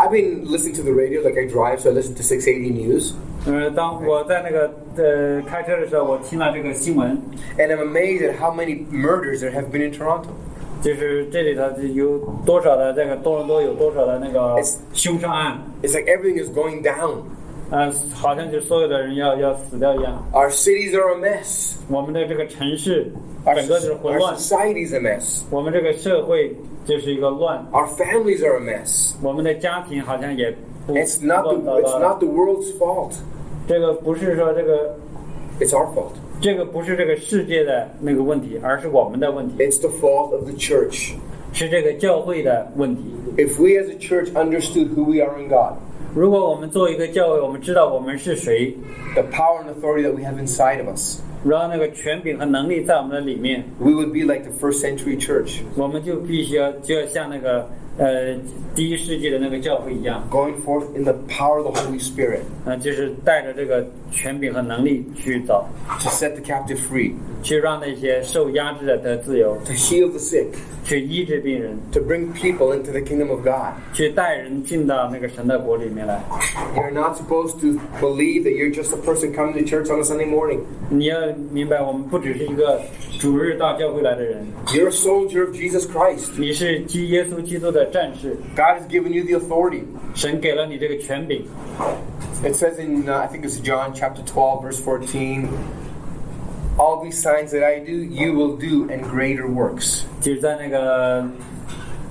I've been listening to the radio like I drive, so I listen to 680 News. 呃，当我在那个呃开车的时候，我听到这个新闻， And I'm amazed at how many murders there have been in Toronto. 就是这里头有多少的这个多伦多有多少的那个凶杀案， It's like everything is going down. 呃，好像就所有的人要要死掉一样。 Our cities are a mess. 我们的这个城市 Our, 整个就是混乱 our，society's a mess. 我们这个社会就是一个乱， Our families are a mess. 我们的家庭好像也不 It's not 乱 the, 糟 it's 糟的。 not the world's fault. 这个不是说这个 It's our fault. 这个不是这个世界的那个问题，而是我们的问题， It's the fault of the church. 是这个教会的问题。 If we as a church understood who we are in God, 如果我们作为一个教会，我们知道我们是谁， the power and authority that we have inside of us, 然后那个权柄和能力在我们的里面， we would be like the first century church, 我们就必须要就要像那个呃第一世纪的那个教会一样， going forth in the power of the Holy Spirit 呃，就是带着这个权柄和能力去走， to set the captive free, 去让那些受压制的得自由， to heal the sick, 去医治病人， to bring people into the kingdom of God. 去带人进到那个神的国里面来。 You're not supposed to believe that you're just a person coming to church on a Sunday morning. 你要明白，我们不只是一个主日到教会来的人， You're a soldier of Jesus Christ. 你是基耶稣基督的战士， God has given you the authority. 神给了你这个权柄。 It says in, uh, I think it's John chapter 12, verse 14, all these signs that I do, you will do, and greater works. 就是在那个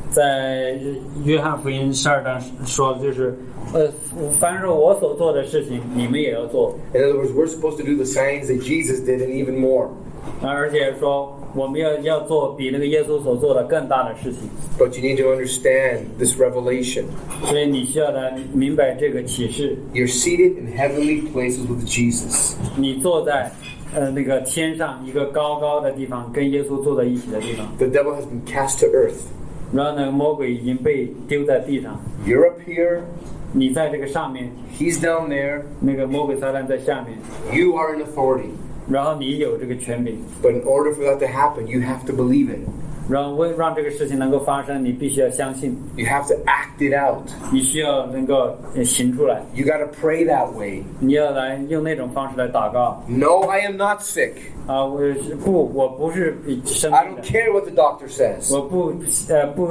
在约翰福音十二章说的，就是呃，凡是我所做的事情，你们也要做， In other words, we're supposed to do the signs that Jesus did and even more. 啊而且说我们要要做比那个耶稣所做的更大的事情。 But you need to understand this revelation. 所以你需要来明白这个启示。 You're seated in heavenly places with Jesus. 你坐在呃那个天上一个高高的地方，跟耶稣坐在一起的地方。 The devil has been cast to earth. 然后呢，魔鬼已经被丢在地上， You're up here, 你在这个上面， he's down there. 那个魔鬼撒旦在下面， You are in authority. 然后你有这个权柄， But in order for that to happen, you have to believe it. 然后为让这个事情能够发生，你必须要相信， You have to act it out. 你需要能够呃行出来， You got to pray that way. 你要来用那种方式来祷告 No, I am not sick. 啊！我是不，我不是生 I 病 don't 的。 care what the doctor says. 我不呃不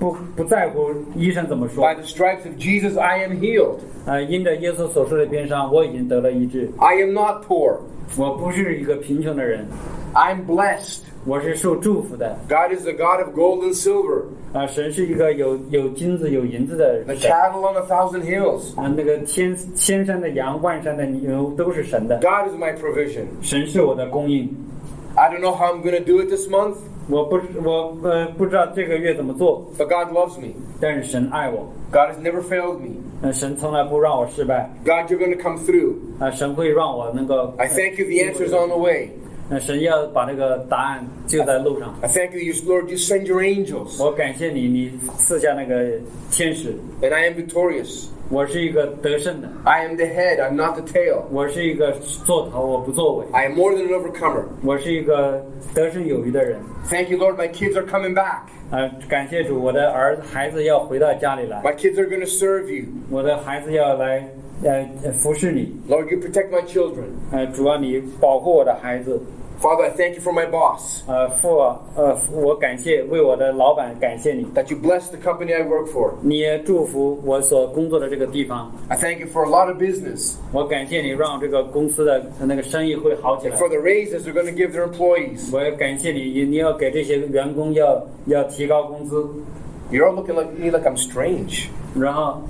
不不在乎医生怎么说 By the stripes of Jesus, I am healed. 呃，因着耶稣所受的鞭伤，我已经得了医治。 I am not poor. 我不是一个贫穷的人， I'm blessed. 我是受祝福的 God is the God of gold and silver, 啊！神是一个有有金子有银子的 the 神 cattle on a thousand hills. 啊！那个千千山的羊，万山的牛都是神的， God is my provision. 神是我的供应。 I don't know how I'm going to do it this month, 我不我呃不知道这个月怎么做， but God loves me. 但是神爱我， God has never failed me. 呃，神从来不让我失败 God, you're going to come through. 啊、神会让我能够。 I thank you. The answer's on the way. 那神要把这个答案就在路上。 I thank you, you- Lord. You send your angels, 我感谢你，你赐下那个天使。 and I am victorious. 我是一个得胜的， I am the head. I'm not the tail. 我是一个做头，我不作尾， I am more than an overcomer. 我是一个得胜有余的人。 Thank you, Lord. My kids are coming back. 呃，感谢主，我的儿子孩子要回到家里来， My kids are going to serve you, 我的孩子要来呃服侍你。 Lord. You protect my children, 呃，主要你保护我的孩子。 Father. I thank you for my boss. 呃，父呃，我感谢为我的老板感谢你， That you bless the company I work for. 你也祝福我所工作的这个地方。 I thank you for a lot of business 我感谢你让这个公司的呃那个生意会好起 and 来。 for the raises they're going to give their employees. 我也感谢你，你你要给这些员工要要提高工资， You're all looking at me like I'm strange. 然后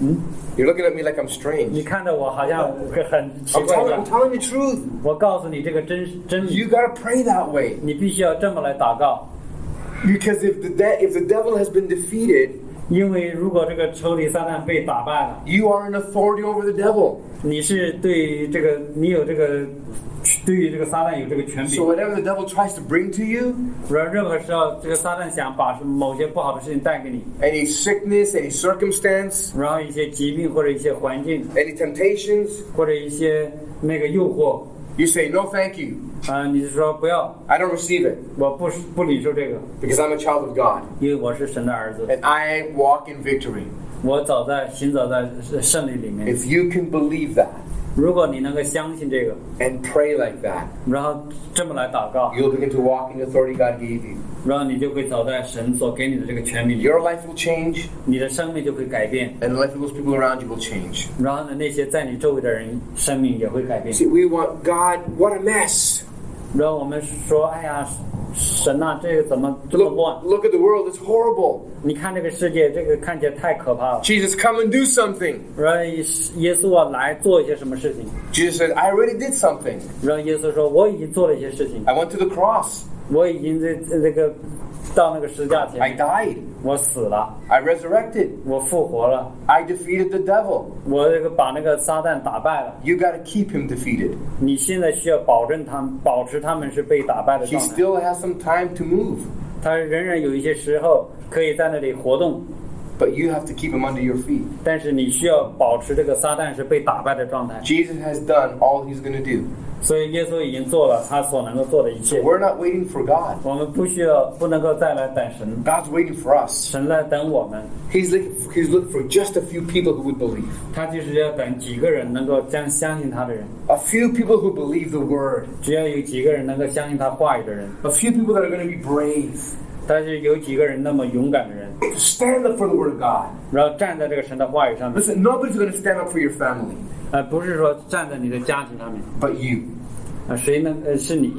You're looking at me like I'm 你 strange. 看着我好像很很奇 I'm 怪 telling, I'm 的， telling the truth. 我告诉你这个真真理， You got to pray that way 你必须要这么来祷告， because if the de- if the devil has been defeated, 因为如果这个仇敌撒旦被打败了， you are an authority over the devil. 你是对于这个你有这个对于这个撒旦有这个权 So 柄， whatever the devil tries to bring to you, 然后任何时候这个撒旦想把某些不好的事情带给你， any sickness, any circumstance, 然后一些疾病或者一些环境 any temptations, 或者一些那个诱惑， you say no, thank you. 啊、你就说不要， I don't receive it 我不不领受这个。 because I'm a child of God 因为我是神的儿子， and I walk in victory. 我早在行走在胜利里面。 If you can believe that 如果你能够相信这个， and pray like that, 然后这么来祷告， you'll begin to walk in the authority God gave you. 然后你就会走在神所给你的这个权柄里， Your life will change 你的生命就会改变。 and the life of those people around you will change. 然后呢，那些在你周围的人生命也会改变。 See, we want God, what a mess. 然后我们说：“哎呀，神呐、这个怎么这么 Look, 乱？ look at the world, it's horrible. 你看这个世界，这个看起来太可怕了。 Jesus, come and do something. ”然后耶稣啊，来做一些什么事情？ Jesus said, I already did something. 然后耶稣说：“我已经做了一些事情， I went to the cross. 我已经这这个到那个十字架前 I 面， died. 我死了。” I resurrected. 我复活了， I defeated the devil. 我这个把那个撒旦打败了。 You got to keep him defeated. 你现在需要保证他们，保持他们是被打败的 He 状态。 still has some time to move, 他仍然有一些时候可以在那里活动， but you have to keep him under your feet. 但是你需要保持这个撒旦是被打败的状态。 Jesus has done all he's going to do. 所以耶稣已经做了他所能够做的一切。 We're not waiting for God. 我们不需要，不能够再来等神， God's waiting for us. 神在等我们。 He's looking, he's looking for just a few people who would believe. 他就是要等几个人能够将相信他的人， A few people who believe the word. 只要有几个人能够相信他话语的人， A few people that are going to be brave 但是有几个人那么勇敢的人， to stand up for the word of God. 然后站在这个神的话语上面。 Listen, nobody's going to stand up for your family 呃，不是说站在你的家庭上面， but you. 呃，谁能呃是你，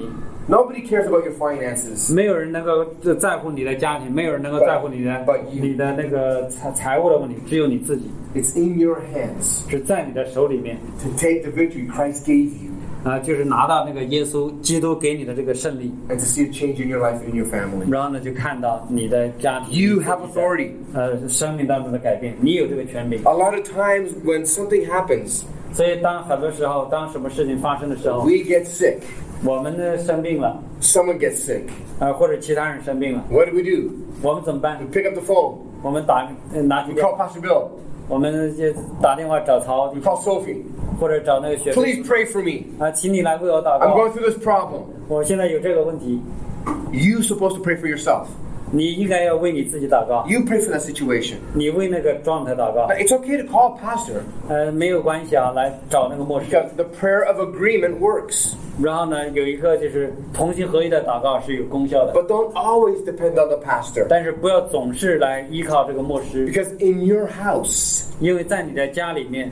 Nobody cares about your finances. 没有人能够呃在乎你的家庭，没有人能够在乎你的 But you- 你的那个财财务的问题，只有你自己 It's in your hands 是在你的手里面， to take the victory Christ gave you. 啊、就是拿到那个耶稣基督给你的这个胜利， and to see a change in your life and in your family. 然后呢，就看到你的家庭 You have authority. 呃，生命当中的改变，你有这个权柄。 A lot of times when something happens, 所以，当很多时候，当什么事情发生的时候， we get sick. 我们呢生病了， Someone gets sick. 呃，或者其他人生病了， What do we do? 我们怎么办 We？pick up the phone. 我们打呃拿起 We 电话 call Pastor Bill. 我们就打电话找曹弟 We 兄， call Sophie. 或者找那个学生 Please pray for me. 啊，请你来为我祷 I'm 告。 going through this problem. 我现在有这个问题， You're supposed to pray for yourself. 你应该要为你自己祷告， You pray for that situation. 你为那个状态祷告 Now,。it's okay to call pastor 呃，没有关系啊，来找那个牧师。 because the prayer of agreement works. 然后呢，有一个就是同心合一的祷告是有功效的， But don't always depend on the pastor 但是不要总是来依靠这个牧师， because in your house, 因为在你的家里面，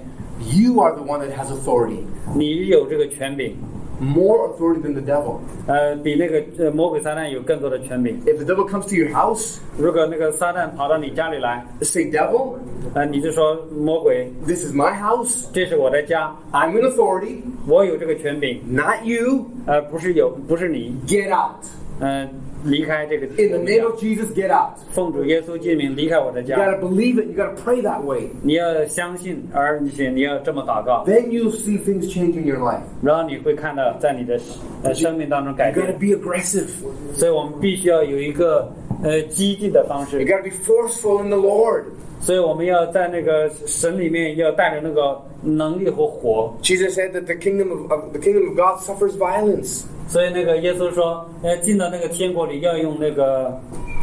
you are the one that has authority. 你有这个权柄， More authority than the devil. 呃，比那个呃魔鬼撒旦有更多的权柄。 If the devil comes to your house, 如果那个撒旦跑到你家里来， say, Devil, 呃，你就说魔鬼， this is my house. 这是我的家， I'm in authority, 我有这个权柄， not you. 呃，不是有，不是你， Get out. 嗯、离开这个 In the name of Jesus, get out. 奉主耶稣之名离开我的 You 家。 gotta believe it. You gotta pray that way. 你要相信，而且你要这么祷告， Then you'll see things change in your life. 然后你会看到在你的呃生命当中改 You gotta 变。 be aggressive. 所以我们必须要有一个呃激进的方 You 式， gotta be forceful in the Lord. 所以我们要在那个神里面要带着那个能力和火。 Jesus said that the kingdom of, of the kingdom of God suffers violence. 所以那个耶稣说，呃，进到那个天国里要用那个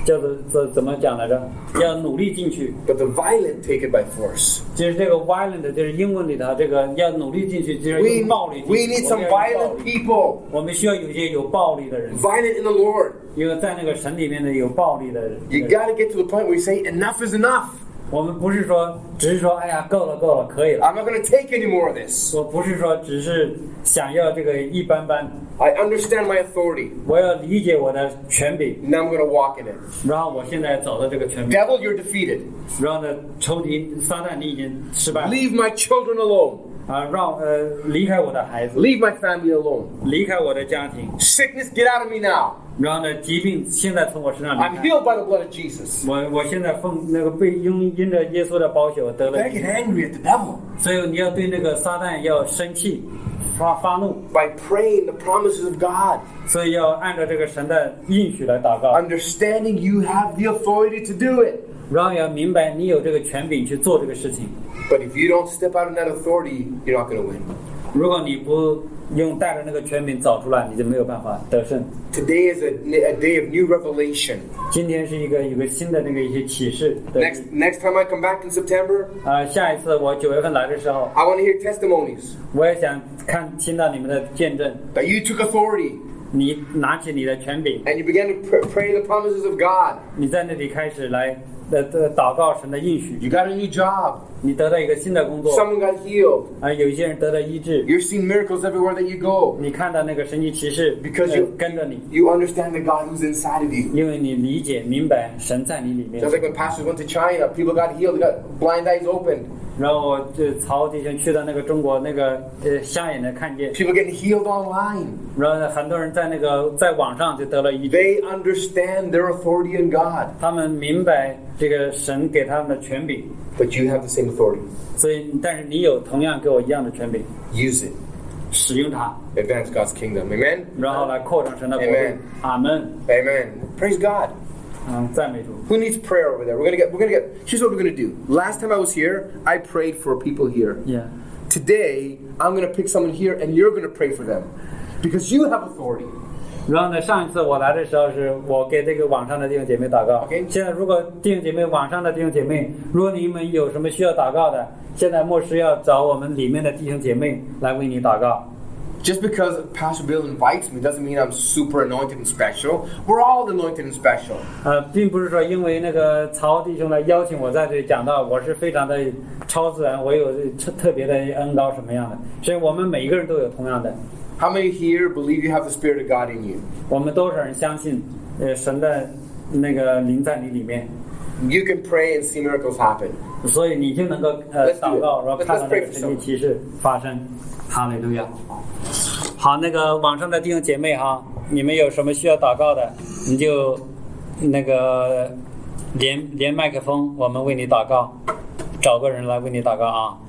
叫做怎怎么讲来着？要努力进去。 But the violent take it by force. 就是这个 violent，就是英文里头这个要努力进去，就是 We, 用暴力进去。 we need 我 some 们要用暴 violent 力 people. 我们需要有一些有暴力的人， Violent in the Lord. 因为在那个神里面的有暴力的人。 You gotta get to the point where you say, enough is enough. 我们不是说，只是说，哎呀，够了，够了，可以了。 I'm not gonna take any more of this. 我不是说只是想要这个一般般， I understand my authority. 我要理解我的权柄， Now I'm gonna walk in it. 然后我现在找到这个权柄， Devil, you're defeated. 然后呢，仇敌撒旦你已经失败了 Leave my children alone. 啊，让呃离开我的孩子， Leave my family alone. 离开我的家庭， Sickness, get out of me now. 然后呢，疾病现在从我身上 I'm 离开。 healed by the blood of Jesus. 我我现在奉那个被因因着耶稣的保险，我得 You 了 gotta 医 get angry at the devil 所以你要对那个撒旦要生气，发发怒， by praying the promises of God. 所以要按照这个神的应许来祷啊告， understanding you have the authority to do it. 然后要明白你有这个权柄去做这个事情。 But if you don't step out in that authority, you're not going to win. 如果你不用带着那个权柄找出来，你就没有办法得胜。 Today is a, a day of new revelation. 今天是一个有个新的那个一些启示的 Next next time I come back in September, 啊、下一次我九月份来的时候， I want to hear testimonies 我也想看听到你们的见证， that you took authority 你拿起你的权柄， and you began to pr- pray the promises of God. 你在那里开始来呃呃祷告神的应许， You got a new job. 你得到一个新的工作， Someone got healed. 啊、有一些人得到医治， You're seeing miracles everywhere that you go. 你看到那个神迹骑士 Because 呃 you- 跟着你， You understand the God who's inside of you. 因为你理解明白神在你里面 Just。like when pastors went to China, people got healed, they got blind eyes opened, 然后我就曹弟兄去到那个中国那个呃瞎眼的看见， people getting healed online. 然后很多人在那个在网上就得了医治， They understand their authority in God. 他们明白这个神给他们的权柄， But you have the same authority. 所以但是你有同样跟我一样的权柄， Use it. 使用它， Advance God's kingdom. Amen? 然后来扩张神的国度 Amen。阿门。 Amen. Praise God. 嗯，赞美主。 Who needs prayer over there? We're gonna get we're gonna get here's what we're gonna do. Last time I was here, I prayed for people here. Yeah. Today, I'm gonna pick someone here and you're gonna pray for them. Because you have authority. 然后呢，上一次我来的时候是我给这个网上的弟兄姐妹祷告。 OK 现在如果弟兄姐妹网上的弟兄姐妹，如果你们有什么需要祷告的，现在牧师要找我们里面的弟兄姐妹来为你祷告。 Just because Pastor Bill invites me doesn't mean I'm super anointed and special. We're all anointed and special. 呃，并不是说因为那个曹弟兄来邀请我在这里讲到，我是非常的超自然，我有特特别的恩高什么样的，所以我们每一个人都有同样的， How many here believe you have the Spirit of God in you? 我们多少人相信，呃，神的那个灵在你里面， You can pray and see miracles happen. 所以你就能够呃 Let's do it. 祷告，然后 Let's- 看到 let's 那 pray 个 for 神迹奇事发生。哈利路亚。好，那个网上的弟兄姐妹哈，你们有什么需要祷告的，你就那个连连麦克风，我们为你祷告，找个人来为你祷告啊。